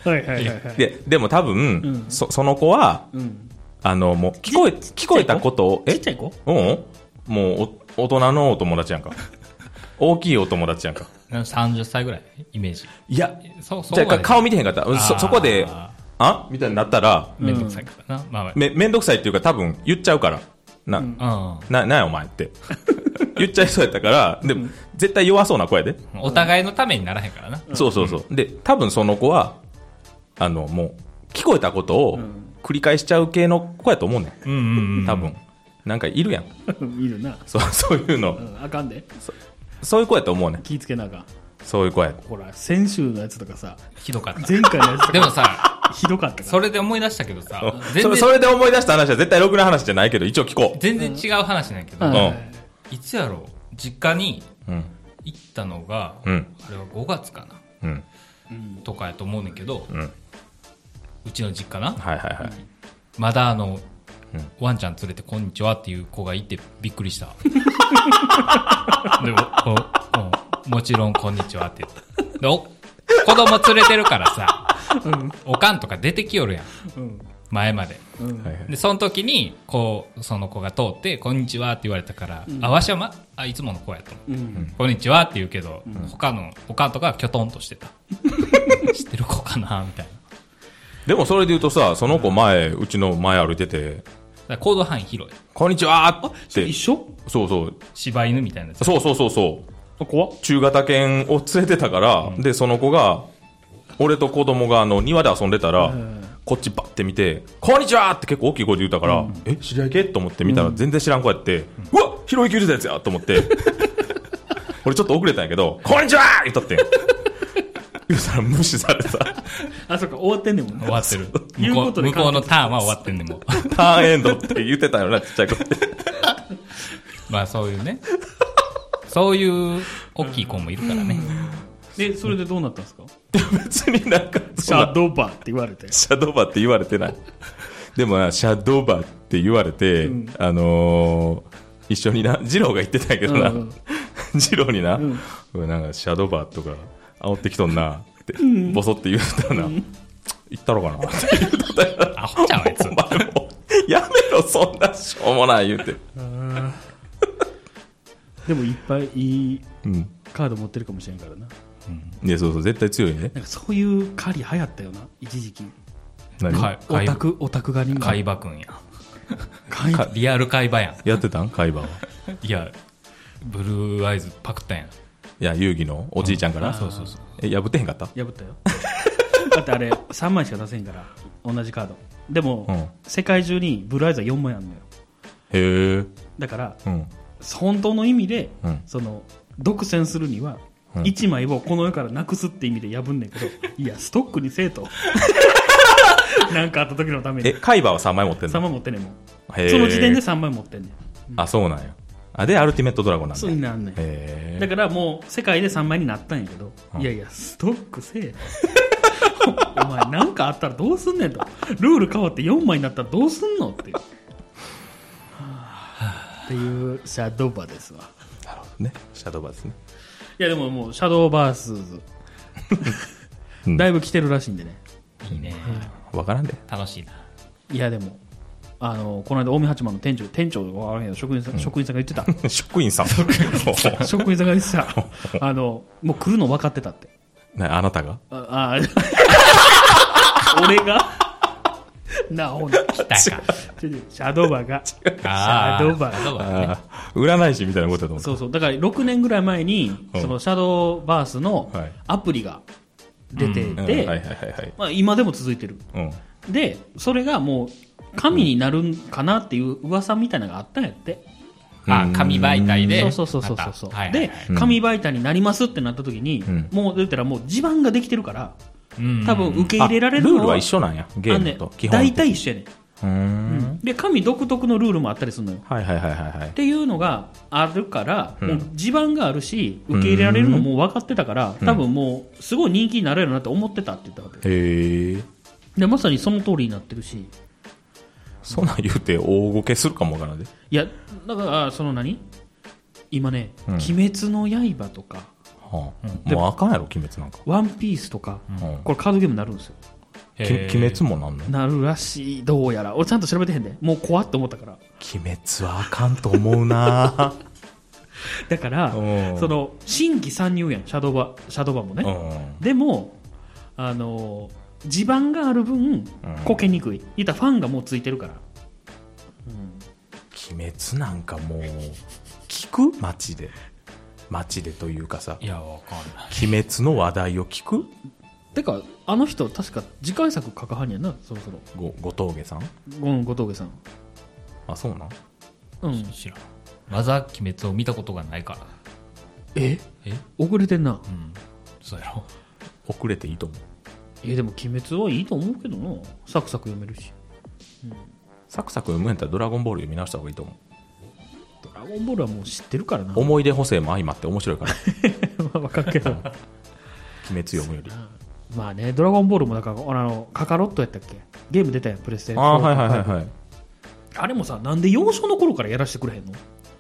Speaker 1: はいはいはいはい
Speaker 3: ででも多分、
Speaker 1: うん
Speaker 3: そその子は
Speaker 1: うん
Speaker 3: あのもう聞こえ聞こえたことを
Speaker 1: ちっちゃい子 [LAUGHS]
Speaker 3: うんもうお大人のお友達やん
Speaker 2: [LAUGHS]
Speaker 3: か大きいお友達やんか
Speaker 2: な30歳ぐらいイメージ。
Speaker 3: いや
Speaker 2: そう、そう
Speaker 3: じゃあ
Speaker 2: まで
Speaker 3: 顔見てへんかったそそこで
Speaker 2: あ
Speaker 3: あみたいになったら
Speaker 2: めんどくさいからな。まあまあ
Speaker 3: めめんどくさいっていうか多分言っちゃうからな、ななんやお前って [LAUGHS] 言っちゃいそうやったからでも、絶対弱そうな子やで
Speaker 2: うん。お互いのためにならへんからな。
Speaker 3: そうそうそう。で、多分その子は、あの、もう、聞こえたことを繰り返しちゃう系の子やと思うね。
Speaker 2: うんうんうんん。
Speaker 3: 多分。なんかいるやん。
Speaker 1: 見るな、
Speaker 3: そう、 [LAUGHS] そういう
Speaker 1: う
Speaker 3: の。
Speaker 1: ん、あかんで
Speaker 3: そういう子やと思うね。
Speaker 1: 気ぃつけなあかん
Speaker 3: そういう子や。
Speaker 1: ほら先週のやつとかさ
Speaker 2: ひどかった。
Speaker 1: 前回のやつと
Speaker 3: [LAUGHS]
Speaker 2: で
Speaker 1: か
Speaker 2: もさ、
Speaker 1: ひどかったか
Speaker 2: それで思い出したけどさ、
Speaker 3: そ
Speaker 2: 全然
Speaker 3: れ、そ、れで思い出した話は絶対ろくな話じゃないけど、一応聞こ
Speaker 2: 全然違う話なんやけ
Speaker 1: ら、
Speaker 2: ど、
Speaker 1: は
Speaker 3: うん
Speaker 1: い
Speaker 2: いつやろう、実家に
Speaker 3: う。うん。
Speaker 2: 行ったのが、あ
Speaker 3: う
Speaker 2: れ
Speaker 3: ん。
Speaker 2: は5月か
Speaker 3: うん。
Speaker 2: な、とかやと思うねんけど、
Speaker 3: うん。
Speaker 2: うちの実家な、
Speaker 3: はいはいはい。
Speaker 2: まだあの
Speaker 3: うん、
Speaker 2: ワンちゃん連れてこんにちはっていう子がいてびっくり
Speaker 3: [LAUGHS]
Speaker 2: した。でも、おおもちろんこんにちはって言った。でお子供連れてるからさ、おかんとか出てきよるやん。
Speaker 1: うん
Speaker 2: 前まで。
Speaker 1: うん
Speaker 3: はいはい
Speaker 2: で、その時に、こう、その子が通って、こんにちはって言われたから、あ、わしはま、あ、いつもの子やと思う。
Speaker 1: うん
Speaker 2: こんにちはって言うけど、他の、他とかはきょとんとしてた。知ってる子かなみたいな。だか
Speaker 3: でもそれで言うとさ、その子前、うちの前歩いてて、
Speaker 2: ら行動範囲広い。
Speaker 3: こんにちはって
Speaker 1: 一、緒
Speaker 3: そうそう、
Speaker 2: 柴犬みたいなやつ。
Speaker 3: そうそうそうそう。
Speaker 1: 怖っ
Speaker 3: 中型犬を連れてたから、でその子が俺と子供があの庭で遊んでたら、こっちバッて見て「こんにちは!」って結構大きい声で言うたから「え知り合い系?」と思って見たら全然知らん子やって「うわひろゆき出たやつや!」と思って [LAUGHS] 俺ちょっと遅れたんやけど「こんにちは!」言ったってん言うたら無視された
Speaker 1: あそっか終わってんねんもん
Speaker 2: 終わってる。
Speaker 1: いう
Speaker 2: 向こ
Speaker 1: こと
Speaker 2: う
Speaker 1: で
Speaker 2: 向こうのターンは終わってんねんもう。
Speaker 3: ターンエンドって言ってたよなちっちゃい子って
Speaker 2: まあそういうね。そういう大きい子もいるからね。
Speaker 1: でそれでどうなったんですか
Speaker 3: 別になんか
Speaker 1: シ
Speaker 3: そんな
Speaker 1: ャドーバーって言われて
Speaker 3: シャドーバーって言われてない。でもな、シャドーバーって言われて、あのー一緒にな、二郎が言ってたんやけどな、
Speaker 1: うんうん
Speaker 3: 二郎にな、
Speaker 1: ん
Speaker 3: うんなんかシャドーバーとか煽ってきとんなって、ボソって言うたらな、言ったろかな [LAUGHS] って言うたら
Speaker 2: アホちゃうあいつ。
Speaker 3: お前も、やめろ、そんなしょうもない言うて。
Speaker 1: でもいっぱいいい
Speaker 3: うん。
Speaker 1: カード持ってるかもしれんからない
Speaker 3: や、そうそう、絶対強いね。
Speaker 1: なんかそういう狩り流行ったよな一時期
Speaker 3: 何、
Speaker 2: か
Speaker 1: オ
Speaker 2: い
Speaker 1: タクオタク狩りみた
Speaker 2: 海
Speaker 1: いな
Speaker 2: 馬くんや。
Speaker 1: 海馬
Speaker 2: リアル海馬やん。
Speaker 3: やってたん海馬は。
Speaker 2: いや、ブルーアイズパクったんやん。
Speaker 3: いや、遊戯のおじいちゃんから。
Speaker 2: そうそうそう。
Speaker 3: え、破ってへんかった
Speaker 1: 破ったよ [LAUGHS] だってあれ3枚しか出せんから同じカードでも、
Speaker 3: うん
Speaker 1: 世界中にブルーアイズは4枚あるのよ
Speaker 3: へえ。
Speaker 1: だから
Speaker 3: うん。
Speaker 1: 本当の意味で、
Speaker 3: うん
Speaker 1: その独占するには
Speaker 3: うん
Speaker 1: 1枚をこの世からなくすって意味で破んねん
Speaker 3: [LAUGHS]
Speaker 1: けど、いやストックにせえとなんかあった時のため
Speaker 3: え、
Speaker 1: に
Speaker 3: 海馬は3枚持ってん
Speaker 1: 3
Speaker 3: の
Speaker 1: 枚持ってんねんもん
Speaker 3: へー
Speaker 1: その時点で3枚持ってんねん
Speaker 3: あ、そうなんや。あ、で、アルティメットドラゴンなんだ。
Speaker 1: そうになんねん
Speaker 3: へ
Speaker 1: だからもう世界で3枚になったんやけど、
Speaker 3: うん
Speaker 1: いやいや、ストックせえ。 [LAUGHS] お前なんかあったらどうすんねんと。ルール変わって4枚になったらどうすんの [LAUGHS] っていう。はあっていうシャドーバーですわ。
Speaker 3: え。なるほどね。シャドーバーですね。
Speaker 1: いやでももうシャドーバース [LAUGHS] ーズ、
Speaker 3: うん
Speaker 1: だいぶ来てるらしいんでね
Speaker 2: いいね。
Speaker 3: わからんで。 [LAUGHS]
Speaker 2: 楽しいな。
Speaker 1: いやでもあのこの間近江八幡の店長店長わからんけど職員さん、職員さんが言ってた
Speaker 3: 職員さん。
Speaker 1: 職員さんが言って [LAUGHS] たあのもう来るの分かってたって
Speaker 3: [LAUGHS] なあなたが
Speaker 1: ああ俺がなあほんと
Speaker 2: 来たか。
Speaker 1: ちょちょシャドーバーが [LAUGHS] シャ
Speaker 2: あー
Speaker 1: ドーバー
Speaker 2: シャドーバーね。
Speaker 3: ああ占い師みたいなことだと思っ
Speaker 1: そうそうだから6年ぐらい前に、
Speaker 3: うん
Speaker 1: そのシャドーバースの
Speaker 3: はい
Speaker 1: アプリが出て
Speaker 3: た。うん
Speaker 1: て、
Speaker 3: はいはいはいはい。
Speaker 1: まあ、今でも続いてる
Speaker 3: うん。
Speaker 1: でそれがもう神になるんかなっていう噂みたいなのがあったんやって、
Speaker 2: あ、紙媒体で。
Speaker 1: そうそうそうそうそう、
Speaker 2: またはいはい
Speaker 1: で
Speaker 2: はい、
Speaker 3: うん
Speaker 1: 紙媒体になりますってなった時に、
Speaker 3: ん
Speaker 1: もう出たらもう地盤ができてるから
Speaker 2: うん
Speaker 1: 多分受け入れられる
Speaker 3: あル
Speaker 1: の
Speaker 3: ー
Speaker 1: は、
Speaker 3: ルは一緒なんや。ゲー
Speaker 1: あ
Speaker 3: ム
Speaker 1: の
Speaker 3: と
Speaker 1: ね
Speaker 3: 基本
Speaker 1: 大
Speaker 3: 的に。
Speaker 1: 体一緒やね
Speaker 3: うーん。
Speaker 1: んで神独特のルールもあったりするのよ
Speaker 3: はいはいはいはいはい
Speaker 1: っ。ていうのがあるから、
Speaker 3: うん
Speaker 1: もう地盤があるし受け入れられるのも分かってたから、多分もうすごい人気になるやろなって思ってたって言ったわけ
Speaker 3: へえ。
Speaker 1: でまさにその通りになってるし
Speaker 3: そんなん言うて大ごけするかもわからんで。
Speaker 1: いやだからその何今ね、
Speaker 3: うん
Speaker 1: 鬼滅の刃」とか
Speaker 3: はあもうあかんやろ、鬼滅なんか。
Speaker 1: 「ワンピースとか、
Speaker 3: うん
Speaker 1: これカードゲームになるんですよ
Speaker 3: き
Speaker 2: へー
Speaker 3: 鬼滅もなんの
Speaker 1: なるらしいどうやら俺ちゃんと調べてへんでもう怖って思ったから
Speaker 3: 鬼滅はあかんと思
Speaker 1: [LAUGHS]
Speaker 3: うな
Speaker 1: だから
Speaker 3: うん
Speaker 1: その新規参入やんシャドーバシャドーバも
Speaker 3: う
Speaker 1: ね、
Speaker 3: ん。
Speaker 1: でもあのー地盤がある分こけにくいいったらファンがもうついてるから
Speaker 3: 鬼滅なんかもう、聞く街で。街でというかさ
Speaker 2: い、や、わかんない。
Speaker 3: 鬼滅の話題を聞く
Speaker 1: てかあの人確か次回作書かはんやなそろそろ
Speaker 3: ご、ご峠さん
Speaker 1: ゴン小峠さん
Speaker 3: あ、そうなん
Speaker 1: うん
Speaker 2: 知らん。まだ鬼滅を見たことがないから。
Speaker 1: え
Speaker 2: え
Speaker 1: 遅れてんな
Speaker 2: うん。そうやろ。
Speaker 3: 遅れていいと思う。
Speaker 1: いやでも「鬼滅」はいいと思うけどなサクサク読めるし
Speaker 3: サクサク読むんやったらドラゴンボール読み直した方がいいと思
Speaker 1: 「ドラゴンボール」はもう知ってるからな [LAUGHS]
Speaker 3: う。思い出補正も相まって面白いから、 [LAUGHS]
Speaker 1: 分かるけど
Speaker 3: 鬼滅読むよ [LAUGHS] り。
Speaker 1: まあね「ドラゴンボール」もだからあのカカロットやったっけゲーム出たやんプレステ
Speaker 3: ああ、はいはいはいはい。
Speaker 1: あれもさなんで幼少の頃からやらしてくれへんの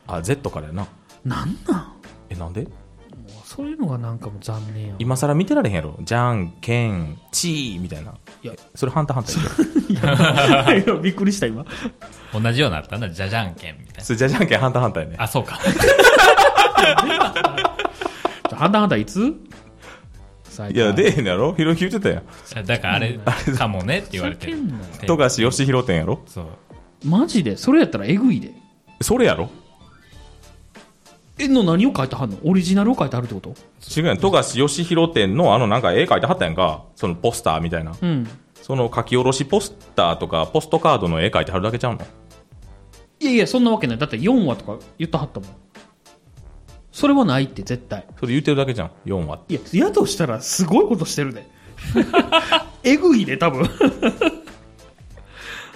Speaker 3: あ、Z からやな。
Speaker 1: なんなんも
Speaker 3: え、なんで
Speaker 1: うそういうのがなんかもう残念やん
Speaker 3: 今更見てられへんやろ。じゃんけん、チーみたいな。
Speaker 1: いや
Speaker 3: それハンターハンターやけど
Speaker 1: [LAUGHS] いやびっくりした今
Speaker 2: 同じようになったんだ。じゃじゃんけんみたいな。
Speaker 3: それじゃじゃんけんハンターハンターやね。
Speaker 2: あ、そ
Speaker 1: [LAUGHS]
Speaker 2: うか。
Speaker 1: ハンターハンターいつ最
Speaker 3: いや、出えへんのやろひろゆき言ってたやん。
Speaker 2: だからあれかもねって言われてる
Speaker 1: ふざけんなよ。
Speaker 3: 富樫義弘店やろ
Speaker 2: そう。
Speaker 1: マジでそれやったらえぐいで
Speaker 3: それやろ
Speaker 1: えの何を書いてはんのオリジナルを書いてはるってこと
Speaker 3: 違うやん。富樫義弘店のあのなんか絵描いてはったやんか。そのポスターみたいな。
Speaker 1: うん
Speaker 3: その書き下ろしポスターとか、ポストカードの絵描いてはるだけちゃうの
Speaker 1: いやいやそんなわけないだって4話とか言ってはったもんそれはないって絶対
Speaker 3: それ言ってるだけじゃん。4話って。
Speaker 1: いややとしたらすごいことしてる [LAUGHS] でえぐいで多分 [LAUGHS]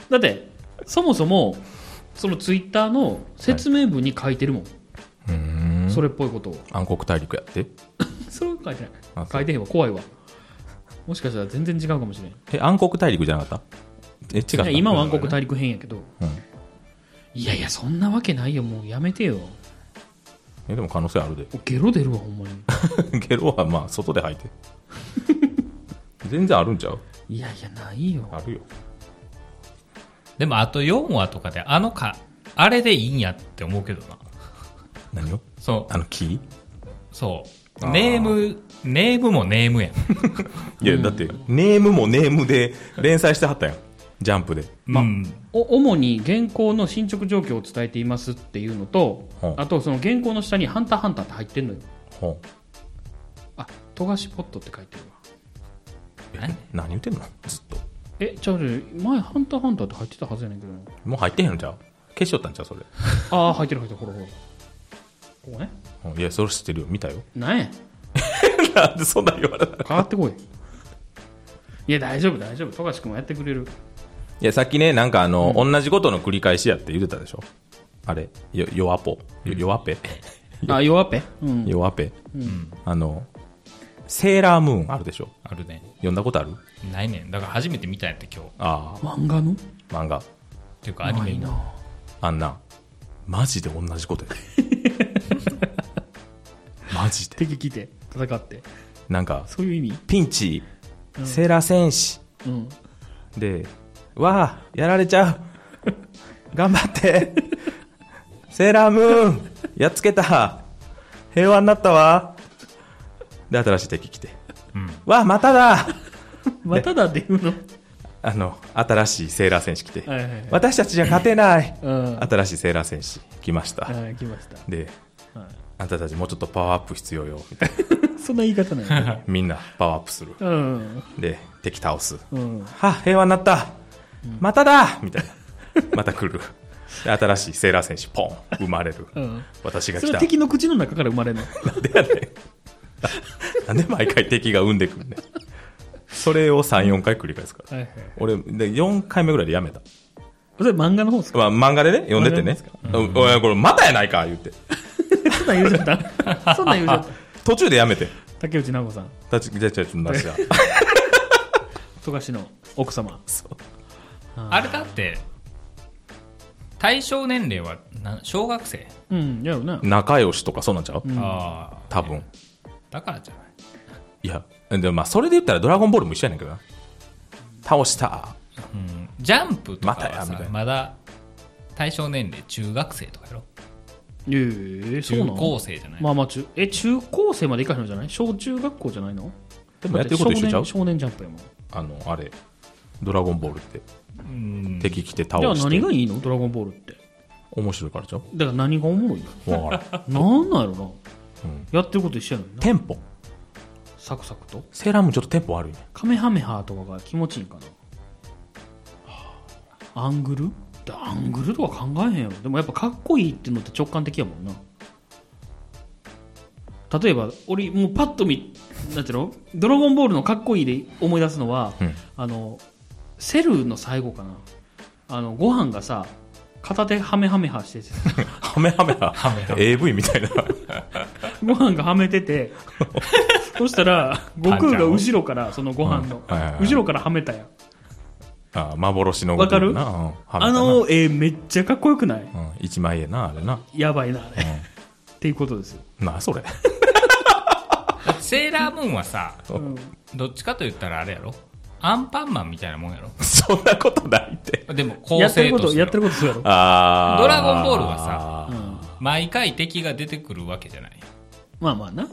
Speaker 1: だってそもそもそのツイッターの説明文に書いてるもん、
Speaker 3: うーん。
Speaker 1: それっぽいことを
Speaker 3: 暗黒大陸やって。
Speaker 1: それは書いてない
Speaker 3: あそう
Speaker 1: 書いてへんわ怖いわもしかしたら全然違うかもしれん
Speaker 3: え、暗黒大陸じゃなかったえ、違った
Speaker 1: いや今は暗黒大陸編やけど、
Speaker 3: うん
Speaker 1: いやいやそんなわけないよもうやめてよ
Speaker 3: え、でも可能性あるで。
Speaker 1: ゲロ出るわほんまに
Speaker 3: [LAUGHS] ゲロはまあ、外で吐い [LAUGHS] て。全然あるんちゃう
Speaker 1: いやいやないよ
Speaker 3: あるよ。
Speaker 2: でもあと4話とかで、あのか、あれでいいんやって思うけどな。
Speaker 3: 何を
Speaker 2: そう、
Speaker 3: あの木
Speaker 2: そう。
Speaker 3: あー
Speaker 2: ネーム、ネームもネームやん。
Speaker 3: いや、だって、ネームもネームで連載してはったやん。ジャンプで。
Speaker 2: うん。
Speaker 1: お主に現行の進捗状況を伝えていますっていうのと、
Speaker 3: はあ
Speaker 1: あとその現行の下に「ハンターハンター」って入ってんのよ
Speaker 3: ほ
Speaker 1: あ富樫ポットって書いてるわ
Speaker 2: 何
Speaker 3: う何言ってんのずっと。
Speaker 1: えちゃうね前「ハンターハンター」って入ってたはずやねんけどな
Speaker 3: もう入ってへんのじゃう消しとったんちゃうそれ。
Speaker 1: ああ入ってる入ってるほらほらここね
Speaker 3: うんいや、それ知ってるよ。見たよ。
Speaker 1: なんや
Speaker 3: [LAUGHS] なんでそんなん言われたい
Speaker 1: 変わって
Speaker 3: [LAUGHS]
Speaker 1: こいいや大丈夫大丈夫富樫君もやってくれる
Speaker 3: や、さっきね、なんかあの、同じことの繰り返しやって言ってたでしょ。あれ、よ、弱ぽ。よ弱ぺ。
Speaker 1: あ弱っぺ
Speaker 3: [LAUGHS]
Speaker 1: うん
Speaker 3: 弱ぺ。あの、セーラームーンあるでしょ。
Speaker 2: あるね。
Speaker 3: 読んだことある
Speaker 2: ないねん。だから初めて見たんやって今日。
Speaker 3: あ
Speaker 1: 漫画の
Speaker 3: あ、漫画。
Speaker 2: っていうかアニメの。
Speaker 3: [LAUGHS] あんな、マジで同じことやで。ママジで
Speaker 1: 敵来て戦って
Speaker 3: なんか
Speaker 1: そういう意味
Speaker 3: ピンチ、セーラー戦士
Speaker 1: うん
Speaker 3: でわあやられち
Speaker 1: [LAUGHS]
Speaker 3: ゃう頑張ってセーラームーンやっつけた平和になったわで新しい敵来て、わあまただ
Speaker 1: まただっていうの
Speaker 3: あの新しいセーラー戦士来て、
Speaker 1: はいはいはい
Speaker 3: 私たちじゃ勝てない
Speaker 1: うん
Speaker 3: 新しいセーラー戦士来ました、
Speaker 1: はい来ました
Speaker 3: で、
Speaker 1: はい
Speaker 3: あんたたちもうちょっとパワーアップ必要よみたいな
Speaker 1: そんな言い方ない
Speaker 3: みんなパワーアップする
Speaker 1: [LAUGHS] うん
Speaker 3: で敵倒す
Speaker 1: うん
Speaker 3: は平和になった、まただみたいな
Speaker 1: [LAUGHS]
Speaker 3: また来るで新しいセーラー戦士ポン生まれる、
Speaker 1: うん
Speaker 3: 私が
Speaker 1: そ
Speaker 3: 来
Speaker 1: れ
Speaker 3: た
Speaker 1: は敵の口の中から生まれるの
Speaker 3: なんでやねんなんで毎回敵が生んでくるねんそれを34回繰り返すから
Speaker 1: はいはい
Speaker 3: 俺で4回目ぐらいでやめた
Speaker 1: それ漫画の方ですか
Speaker 3: まあ、漫画でね、読んでてね。うんおい、これ、またやないか、言って。
Speaker 1: そんなん言うじゃった [LAUGHS] そんなん言うじゃった
Speaker 3: 途中でやめて。
Speaker 1: 竹内直子さん
Speaker 3: たち、じゃちゃちょっとなしだ。
Speaker 1: 富樫の奥様
Speaker 2: あれだって、対象年齢はな小学生、
Speaker 1: うんやろな
Speaker 3: 仲良しとか、そうなんちゃう
Speaker 2: ああ、
Speaker 3: 多分。
Speaker 2: だからじゃない。
Speaker 3: いや、でもまあ、それで言ったら、ドラゴンボールも一緒やねんけどな。倒した。
Speaker 2: うん、ジャンプとか
Speaker 3: またや
Speaker 2: は
Speaker 3: みたい
Speaker 2: さ
Speaker 3: な
Speaker 2: まだ対象年齢中学生とかやろ
Speaker 1: ええそう
Speaker 2: 中
Speaker 1: な
Speaker 2: 高
Speaker 1: の
Speaker 2: 生じゃない、
Speaker 1: まあまあ中え中高生までいかへんのじゃない小中学校じゃないの
Speaker 3: でもやってること一緒ちゃう
Speaker 1: 少年少年ジャンプやもん
Speaker 3: あの、あれ、ドラゴンボールって、
Speaker 2: うん
Speaker 3: 敵来て倒
Speaker 1: じゃあ
Speaker 3: して
Speaker 1: 何。がいいのドラゴンボールって
Speaker 3: 面白いからちゃう
Speaker 1: だから何がお [LAUGHS] もろい
Speaker 3: わからん。
Speaker 1: のなんなんやろな、
Speaker 3: うん
Speaker 1: やってること一緒やのにな
Speaker 3: テンポ。
Speaker 1: サクサクと
Speaker 3: セーラームーンちょっとテンポ悪いね。
Speaker 1: カメハメハとかが気持ちいいんかなアングルでアングルとか考えへんやろでもやっぱかっこいいってのって直感的やもんな例えば俺もうパッと見なんていうの「ドラゴンボール」のかっこいいで思い出すのは、
Speaker 3: うん
Speaker 1: あのセルの最後かなあのご飯がさ片手ハメハメハして
Speaker 3: [LAUGHS]
Speaker 1: て
Speaker 3: ハメハメだ。
Speaker 2: ハメハ
Speaker 3: AV みたいな。
Speaker 1: ご飯がはめて
Speaker 3: [LAUGHS]
Speaker 1: てそしたら悟空が後ろからそのご飯の
Speaker 3: うんはいはいはい
Speaker 1: 後ろからはめたやん
Speaker 3: あ幻の
Speaker 1: わかる
Speaker 3: なうんハメ
Speaker 1: あ
Speaker 3: だな
Speaker 1: の絵めっちゃかっこよくない
Speaker 3: うん一枚絵な、あれな。
Speaker 1: やばいなあれ、っていうことですよ、
Speaker 3: なあ、それ。 [LAUGHS]
Speaker 2: だってセーラームーンはさ
Speaker 1: うん
Speaker 2: どっちかと言ったらあれやろアンパンマンみたいなもんやろ
Speaker 3: そんなことないって。
Speaker 2: でも構
Speaker 1: やって
Speaker 2: 成
Speaker 1: ることと
Speaker 2: して
Speaker 1: やってる
Speaker 2: の
Speaker 1: ことそうやろ
Speaker 3: あー
Speaker 2: ドラゴンボールはさ
Speaker 1: うん
Speaker 2: 毎回敵が出てくるわけじゃない
Speaker 1: まあまあな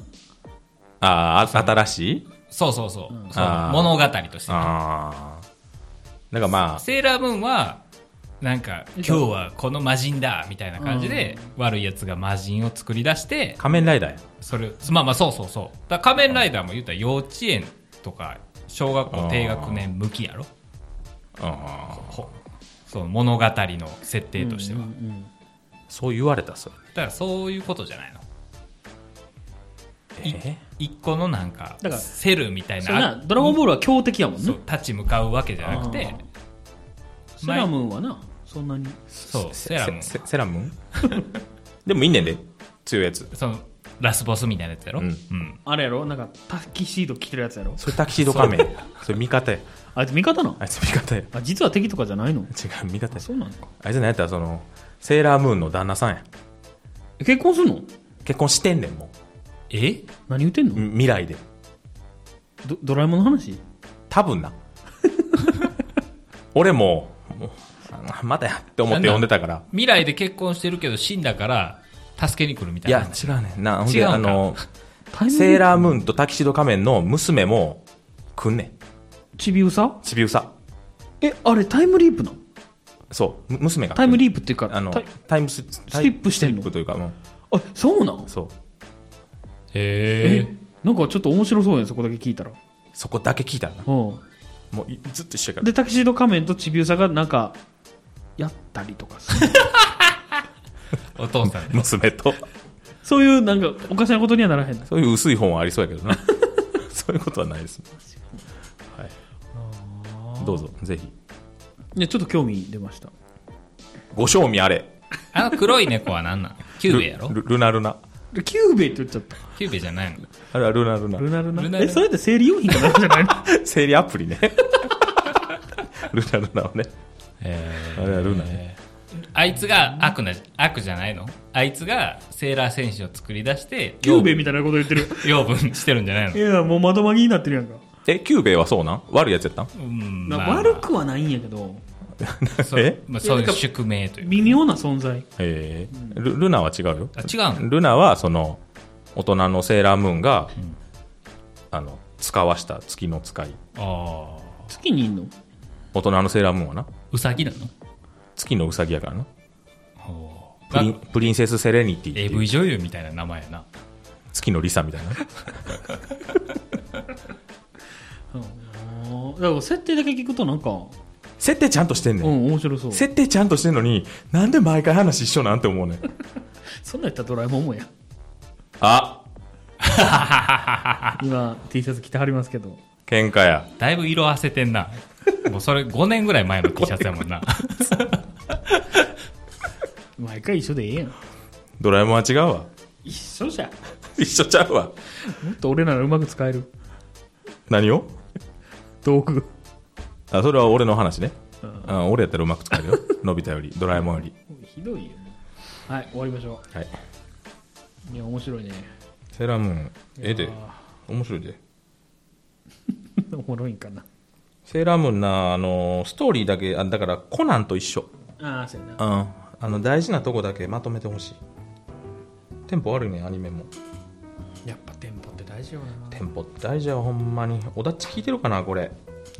Speaker 3: あーあ新しい
Speaker 2: そうそうそう,、そう
Speaker 3: あー
Speaker 2: 物語としてね
Speaker 3: ああなんかま
Speaker 2: セーラームーンはなんか今日はこの魔人だみたいな感じで、悪いやつが魔人を作り出して
Speaker 3: あ仮面ライダーや
Speaker 2: それまあまあそうそうそうだから仮面ライダーも言うたら幼稚園とか小学校低学年向きやろ
Speaker 3: あー
Speaker 2: ほその物語の設定としては、
Speaker 1: うんうん
Speaker 3: そう言われたそれ
Speaker 2: だからそういうことじゃないの
Speaker 3: え
Speaker 2: 一個のなんか
Speaker 1: だから
Speaker 2: セルみたい
Speaker 1: それ
Speaker 2: な
Speaker 1: なドラゴンボールは強敵やもん
Speaker 2: そ
Speaker 1: ね
Speaker 2: う立ち向かうわけじゃなくて
Speaker 1: セラムーンはなそんなに
Speaker 2: そうセ
Speaker 3: セ
Speaker 2: ラム
Speaker 3: セセラムン [LAUGHS] でもいいねんで強いやつ
Speaker 2: そのラスボスみたいなやつやろ、う
Speaker 3: うんん
Speaker 1: あれやろなんかタキシード着てるやつやろ
Speaker 3: それタキシード仮面それ味方や
Speaker 1: あいつ味方なの
Speaker 3: あいつ味方や違
Speaker 1: あ実は敵とかじゃないの
Speaker 3: う味方や
Speaker 1: そうなのか
Speaker 3: あいつ何やったらそのセーラームーンの旦那さんや
Speaker 1: え結婚するの
Speaker 3: 結婚してんねんも
Speaker 2: え
Speaker 1: 何言ってんの、
Speaker 3: ううん未来で
Speaker 1: ドドラえもんの話
Speaker 3: 多分な [LAUGHS] 俺ももうあまたやって思って呼んでたから
Speaker 2: 未来で結婚してるけど死んだから助けに来るみた
Speaker 3: い
Speaker 2: いな
Speaker 3: や違うねんなほん
Speaker 2: 違
Speaker 3: で
Speaker 2: うんか
Speaker 3: あの
Speaker 1: タイム
Speaker 3: セーラームーンとタキシード仮面の娘も来んねん
Speaker 1: ちびうさ
Speaker 3: ちびうさ
Speaker 1: えあれタイムリープなの
Speaker 3: そうむ娘が
Speaker 1: タイムリ
Speaker 3: ー
Speaker 1: ープっていうか
Speaker 3: あの
Speaker 1: タイ
Speaker 3: タイムス
Speaker 1: スリップしてんの
Speaker 3: スリップというか、うん、
Speaker 1: あそうなん
Speaker 3: そう
Speaker 2: へえ
Speaker 1: なんかちょっと面白そうやんそこだけ聞いたら
Speaker 3: そこだけ聞いたらな
Speaker 1: うん
Speaker 3: もういずっと一緒やから
Speaker 1: でタキシード仮面とちびうさがなんかやったりとかす [LAUGHS] る
Speaker 2: お父さん
Speaker 3: 娘と
Speaker 1: そういうなんかおかしなことにはならへん
Speaker 3: そういう薄い本はありそうやけどな [LAUGHS] そういうことはないですねはいどうぞぜひ
Speaker 1: でちょっと興味出ました
Speaker 3: ご賞味あれ
Speaker 2: あの黒い猫は何なんキューベやろ
Speaker 3: ルルルナルナ
Speaker 1: でキューベイって言っちゃった
Speaker 2: キューベじゃないの
Speaker 3: あれはルナルナ
Speaker 1: ルナルナ
Speaker 2: ルナルナ
Speaker 1: えそれって生理用品かなんかじゃない [LAUGHS] の
Speaker 3: 生理アプリね [LAUGHS] ルナルナをね
Speaker 2: え
Speaker 3: あれはルナね
Speaker 2: あいつが悪な、悪じゃないのあいつがセーラー戦士を作り出して、
Speaker 1: キューベイみたいなこと言ってる。
Speaker 2: 養分してるんじゃない
Speaker 1: い
Speaker 2: の
Speaker 1: や、もう窓まぎになってるやんか。
Speaker 3: え、キューベイはそうなん悪いやつやったん
Speaker 2: うん
Speaker 1: な
Speaker 2: まあまあ
Speaker 1: 悪くはないんやけど、
Speaker 2: そう
Speaker 3: え
Speaker 2: まあ、そういう宿命という
Speaker 1: 微妙な存在。
Speaker 3: えールルナは違うよ。
Speaker 2: あ違うの
Speaker 3: ルナはその大人のセーラームーンが、あの使わした月の使い
Speaker 2: ああ
Speaker 1: 月にいんの
Speaker 3: 大人のセーラームーンはな
Speaker 2: うさぎなの
Speaker 3: 月のうさぎやからなプリン
Speaker 2: が
Speaker 3: プリンセスセレニティっていう
Speaker 2: AV 女優みたいな名前やな
Speaker 3: 月のリサみたいな
Speaker 1: うんだから設定だけ聞くとなんか、
Speaker 3: 設定ちゃんとしてん
Speaker 1: う
Speaker 3: ねん、
Speaker 1: ん、面白そう。
Speaker 3: 設定ちゃんとしてんのになんで毎回話一緒なんて思うねん
Speaker 1: そんなんやったらドラえもんもや。
Speaker 3: あ
Speaker 1: 今、T シャツ着てはりますけど。
Speaker 3: 喧嘩や
Speaker 2: だいぶ色あせてんなもうそれ5年ぐらい前の T シャツやもんな
Speaker 1: 毎回一緒でええやん。
Speaker 3: ドラえもんは違うわ
Speaker 1: 一緒じゃ。
Speaker 3: 一緒ちゃうわ
Speaker 1: もっと俺ならうまく使える。
Speaker 3: 何を
Speaker 1: 道具。
Speaker 3: あそれは俺の話ね、うん、俺やったらうまく使える [LAUGHS] よのび太よりドラえもんより
Speaker 1: ひどいよ。はい、終わりましょ。
Speaker 3: はいう
Speaker 1: いや、面白いね。 [LAUGHS]
Speaker 3: セーラームーンええで面白いで
Speaker 1: おもろいんかな。
Speaker 3: セーラームーンなあのストーリーだけあだからコナンと一緒
Speaker 1: ああ、そうやな
Speaker 3: う。んあの大事なとこだけまとめてほしいテンポ悪いねアニメも
Speaker 1: やっぱテンポって大事よな。
Speaker 3: テンポって大事やわほんまにおだっち聞いてるかなこれ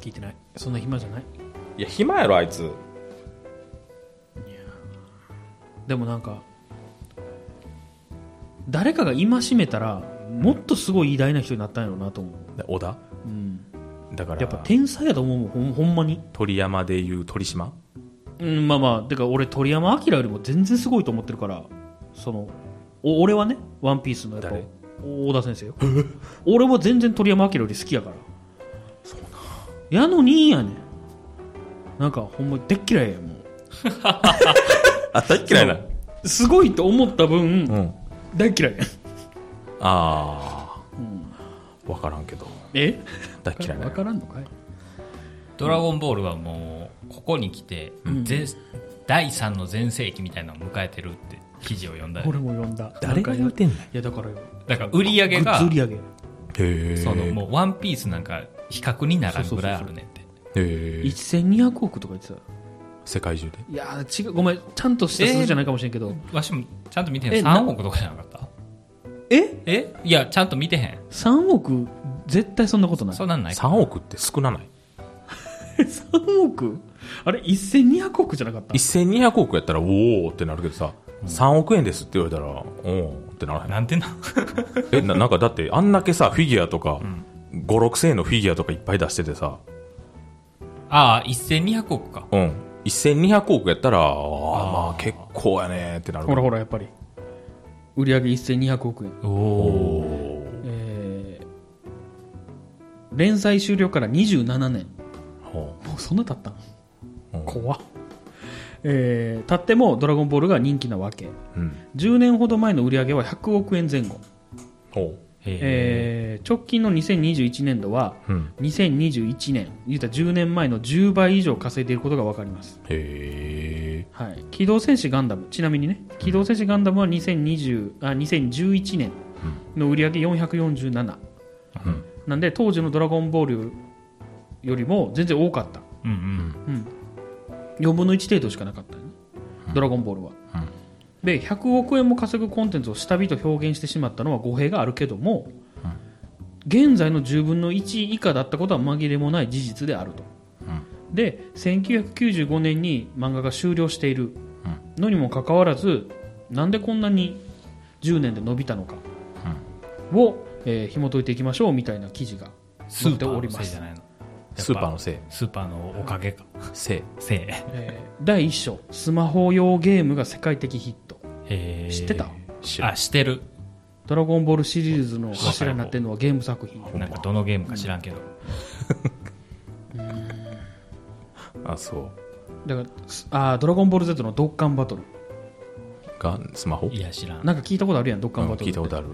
Speaker 1: 聞いてない。そんな暇じゃない。
Speaker 3: いや暇やろあいつ
Speaker 1: でもなんか誰かが戒めたらもっとすごい偉大な人になったんやろうなと思う、
Speaker 3: 小田
Speaker 1: うん、
Speaker 3: だから
Speaker 1: やっぱ天才やと思うもんほんほんまに、
Speaker 3: 鳥山でいう鳥島
Speaker 1: うん、まあまあてか俺鳥山明よりも全然すごいと思ってるからそのお俺はね「ワンピースのやっぱ
Speaker 3: 誰
Speaker 1: 大田先生よ俺は全然鳥山明より好きやからそうなやのにやねんなんかほんまでっ嫌いやも
Speaker 3: あ大嫌いな
Speaker 1: うすごいと思った分、
Speaker 3: うん
Speaker 1: 大嫌いや
Speaker 3: ああ分からんけど
Speaker 1: え
Speaker 3: 大嫌いな
Speaker 1: わからんのかい
Speaker 2: ドラゴンボールはもうここに来て、全第3の全盛期みたいなのを迎えてるって記事を読んだよ
Speaker 1: 俺も読んだ
Speaker 3: 誰が言うてんねんへ
Speaker 1: いやだからよ
Speaker 2: だから売り上げ
Speaker 1: グッ
Speaker 2: が
Speaker 1: ズ売り上げ
Speaker 3: え
Speaker 2: そのもうワンピースなんか比較にならんぐらいあるねんって
Speaker 3: へえ
Speaker 1: 1200億とか言ってた
Speaker 3: 世界中で
Speaker 1: いやー違うごめんちゃんとした数字じゃないかもしれんけど
Speaker 2: わしもちゃんと見てへ
Speaker 1: え
Speaker 2: ん
Speaker 1: な
Speaker 2: 3億とかじゃなかった
Speaker 1: え
Speaker 2: えいやちゃんと見てへん
Speaker 1: 3億絶対そんなことない
Speaker 2: そうなんない
Speaker 3: 3億って少なない
Speaker 1: [LAUGHS] 3億あれ1200億じゃなかった
Speaker 3: 1200億やったらおおってなるけどさ、3億円ですって言われたらおおってならへん
Speaker 2: なんてな
Speaker 3: えななんかだってあんだけさフィギュアとか、56000円のフィギュアとかいっぱい出しててさ、
Speaker 2: ああ1200億か
Speaker 3: うん、1200億やったらあーまあ結構やねーってなる
Speaker 1: ほらほらやっぱり売り上げ1200億円
Speaker 2: お
Speaker 3: お
Speaker 2: お
Speaker 3: ー
Speaker 1: えー、連載終了から27年
Speaker 3: ほ
Speaker 1: もうそんな経ったん
Speaker 3: うん
Speaker 1: 怖っえー、経っても「ドラゴンボール」が人気なわけ
Speaker 3: ううん
Speaker 1: 10年ほど前の売り上げは100億円前後
Speaker 3: ほ
Speaker 1: えー直近の2021年度は
Speaker 3: ううん
Speaker 1: 2021年言うたら10年前の10倍以上稼いでいることが分かります、
Speaker 3: へえ
Speaker 1: はい、機動戦士ガンダムちなみにね機動戦士ガンダムは2020あ2011年の売り上げ447、
Speaker 3: うん
Speaker 1: なんで当時の「ドラゴンボール」よりも全然多かった
Speaker 2: うんうん
Speaker 1: 4分の1程度しかなかったよね、ドラゴンボールは、で100億円も稼ぐコンテンツを下火と表現してしまったのは語弊があるけども、現在の10分の1以下だったことは紛れもない事実であると、で1995年に漫画が終了しているのにもかかわらずなんでこんなに10年で伸びたのかを、えー紐解いていきましょうみたいな記事が
Speaker 2: スーパー
Speaker 1: 乗っており
Speaker 2: の
Speaker 1: ま
Speaker 2: せい
Speaker 1: す
Speaker 2: じゃないの
Speaker 3: スーパーのせい
Speaker 2: スーパーのおかげか
Speaker 3: せい
Speaker 2: せいへ
Speaker 1: えー第1章スマホ用ゲームが世界的ヒット
Speaker 2: え
Speaker 1: 知ってた
Speaker 3: 知らん
Speaker 2: あ知ってる
Speaker 1: ドラゴンボールシリーズの柱になってるのはゲーム作品
Speaker 2: なんかどのゲームか知らんけど
Speaker 3: あそう
Speaker 1: だからすあードラゴンボール Z のドッカンバトル
Speaker 3: がスマホ
Speaker 2: いや知らん
Speaker 1: なんか聞いたことあるやんドッカン
Speaker 3: うん
Speaker 1: バトル
Speaker 3: 聞いたこと
Speaker 1: あ
Speaker 3: ある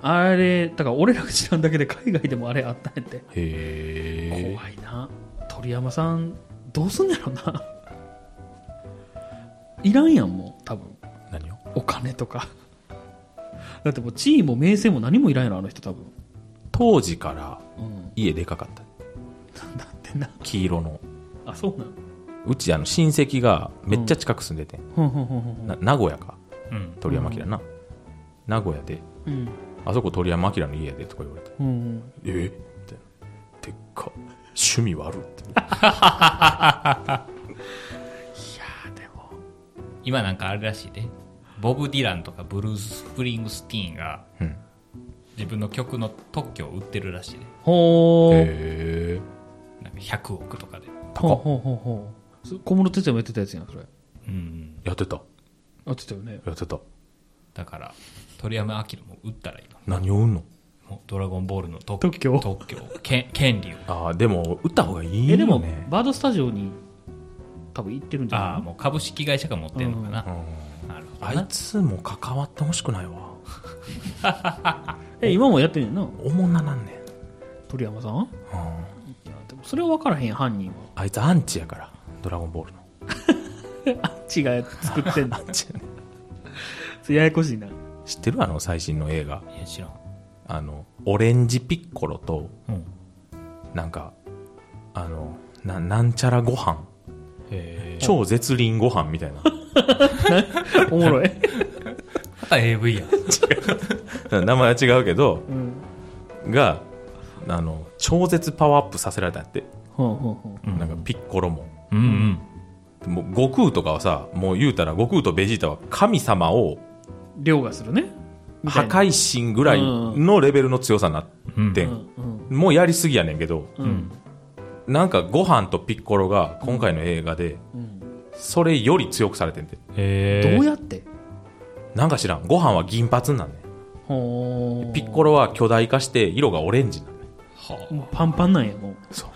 Speaker 1: あれだから俺らが知らんだけで海外でもあれあったんやって
Speaker 3: へえ
Speaker 1: 怖いな鳥山さんどうすんやろないらんやんもう多分
Speaker 3: 何を
Speaker 1: お金とかだってもう地位も名声も何もいらんやろあの人多分
Speaker 3: 当時から
Speaker 1: うん
Speaker 3: 家でかかった。
Speaker 1: だってな
Speaker 3: 黄色の。
Speaker 1: あそうなの
Speaker 3: うちあの親戚がめっちゃ近く住んでて、
Speaker 1: ほんほんほんほんほん
Speaker 3: な名古屋か。
Speaker 2: うん。
Speaker 3: 鳥山明な。名古屋で、
Speaker 1: うん
Speaker 3: あそこ鳥山明の家やでとか言われて。
Speaker 1: うん
Speaker 3: えみたいな。てっか、趣味悪って。
Speaker 2: 今なんかあれらしいで。ボブ・ディランとかブルース・スプリングスティーンが
Speaker 3: うん。
Speaker 2: 自分の曲の特許を売ってるらしいで。
Speaker 1: ほー
Speaker 3: へえ。
Speaker 2: なんか100億とかで。
Speaker 1: ほうほうほうほうそ小室哲哉もやってたやつやんそれ
Speaker 2: うん。
Speaker 3: やってた。
Speaker 1: やってたよね
Speaker 3: やってた。
Speaker 2: だから、鳥山明も売ったら今、
Speaker 3: 何を売んの
Speaker 2: もうドラゴンボールの特
Speaker 1: 特許
Speaker 2: 許特許をけん権利を。
Speaker 3: ああ、でも、売った方がいいよ、ね。
Speaker 1: えでもバードスタジオに多分行ってるんじゃない
Speaker 2: ああ、もう株式会社が持ってるのかな。
Speaker 3: うん
Speaker 2: なるほど
Speaker 3: あ。
Speaker 2: ない
Speaker 3: つも関わってほしくないわ。
Speaker 1: え今もやってんねんな
Speaker 3: おもんななんねん。
Speaker 1: 鳥山さん
Speaker 3: うん
Speaker 1: いやでもそれは分からへん犯人は
Speaker 3: あいつアンチやから、ドラゴンボールの。
Speaker 1: 違う作って [LAUGHS] んの
Speaker 3: アンチやね
Speaker 1: ややこ [LAUGHS] しいな
Speaker 3: 知ってるあの最新の映画。
Speaker 2: いや、知らん。
Speaker 3: あの、オレンジピッコロと、
Speaker 2: うん。
Speaker 3: なんか、あの、ななんちゃらご飯。
Speaker 2: へえ。
Speaker 3: 超絶倫ご飯みたいな。
Speaker 1: おもろい、
Speaker 2: また AV や。
Speaker 3: [LAUGHS] 名前は違うけど、
Speaker 1: うん、
Speaker 3: が、あの、超絶パワーアップさせられたんやって。
Speaker 1: ほうほうほ
Speaker 2: うん
Speaker 3: なんかピッコロも。
Speaker 2: うんうん。
Speaker 3: もう悟空とかはさ、もう言うたら悟空とベジータは神様を
Speaker 1: う凌駕するねみ
Speaker 3: 破
Speaker 1: たいな
Speaker 3: 壊神ぐらいのレベルの強さになって。
Speaker 1: うんん
Speaker 3: もうやりすぎやねんけど、
Speaker 1: うんうん
Speaker 3: なんかご飯とピッコロが今回の映画で、
Speaker 1: うん
Speaker 3: それより強くされてんて。
Speaker 2: へ
Speaker 1: どうやって
Speaker 3: なんか知らん。ご飯は銀髪になんね
Speaker 1: ほー
Speaker 3: ん。ピッコロは巨大化して色がオレンジになんねん。
Speaker 2: は
Speaker 1: もうパンパンなんやもう
Speaker 3: そう。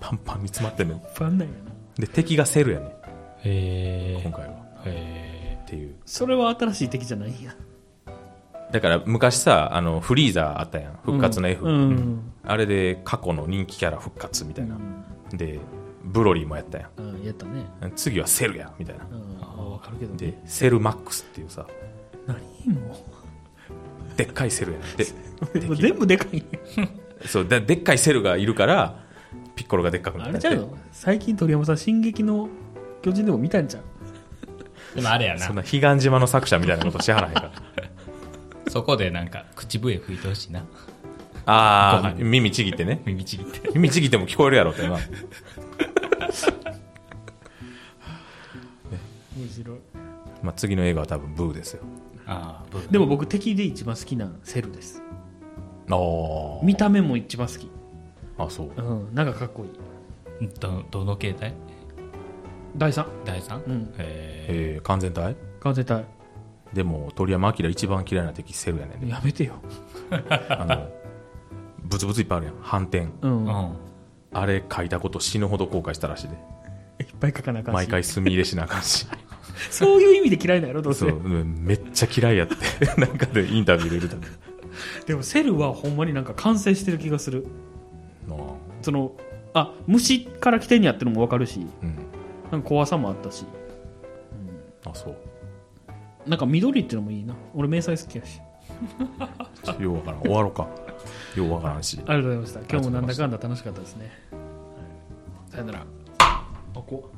Speaker 3: パンパンに詰まってんねん。
Speaker 1: パンなんやな
Speaker 3: で、敵がセルやねん。
Speaker 2: あ。へ
Speaker 3: 今回は。
Speaker 2: え。へ
Speaker 3: っていう。
Speaker 1: それは新しい敵じゃないんや
Speaker 3: だから昔さ、あの、フリーザーあったやん。復活の F。
Speaker 1: うん、
Speaker 3: あれで過去の人気キャラ復活みたいな。で、ブロリーもやったや
Speaker 1: うん、やったね
Speaker 3: ん。次はセルやみたいな。
Speaker 1: うんあ分かるけど
Speaker 3: で、セルマックスっていうさ、
Speaker 1: 何も
Speaker 3: でっかいセルやねん。で、
Speaker 1: うもう全部 [LAUGHS] でかいね
Speaker 3: そうででっかいセルがいるからピッコロがでっかくな
Speaker 1: あ
Speaker 3: る
Speaker 1: れちゃうの [LAUGHS] 最近鳥山さん「進撃の巨人」でも見たんちゃう
Speaker 2: え。でもあれやな
Speaker 3: そん。な彼岸島の作者みたいなことしはらへん [LAUGHS] から
Speaker 2: そこでなんか口笛吹いてほしいな。
Speaker 3: ああ
Speaker 2: ご飯
Speaker 3: 耳ちぎって [LAUGHS] ね
Speaker 2: 耳ちぎって。
Speaker 3: 耳ちぎっても聞こえるやろってな
Speaker 1: 面白い
Speaker 3: まあ次の映画は多分ブーですよ
Speaker 2: ああ、
Speaker 1: でも僕敵で一番好きなセルです
Speaker 3: あー
Speaker 1: 見た目も一番好き
Speaker 3: あそう
Speaker 1: うんなんかかっこいい
Speaker 2: ど、どの形態
Speaker 1: 第3
Speaker 2: 第三
Speaker 1: うん
Speaker 2: へ
Speaker 3: えー、完全体
Speaker 1: 完全体
Speaker 3: でも鳥山明一番嫌いな敵セルやねんね
Speaker 1: やめてよ
Speaker 3: あのブツブツいっぱいあるやん反転
Speaker 1: うんい
Speaker 2: え。う
Speaker 1: っ
Speaker 2: ん。
Speaker 3: あれ書いたこと死ぬほど後悔したらしいで
Speaker 1: ぱい書かなあかんし
Speaker 3: 毎回墨入れしなあかん [LAUGHS] し
Speaker 1: そういう意味で嫌いなんやろどう
Speaker 3: そ
Speaker 1: せ
Speaker 3: ううんめっちゃ嫌いやって [LAUGHS] なんかでインタビューで出たね
Speaker 1: でもセルはほんまになんか完成してる気がする
Speaker 3: あー
Speaker 1: そのあ虫から来てんやってのも分かるし
Speaker 3: うん
Speaker 1: なんか怖さもあったし
Speaker 3: あそう
Speaker 1: なんか緑ってのもいいな俺迷彩好きやし
Speaker 3: ようわからん終わろうかようわからんし
Speaker 1: ありがとうございました今日もなんだかんだ楽しかったですね、はいさよならあこ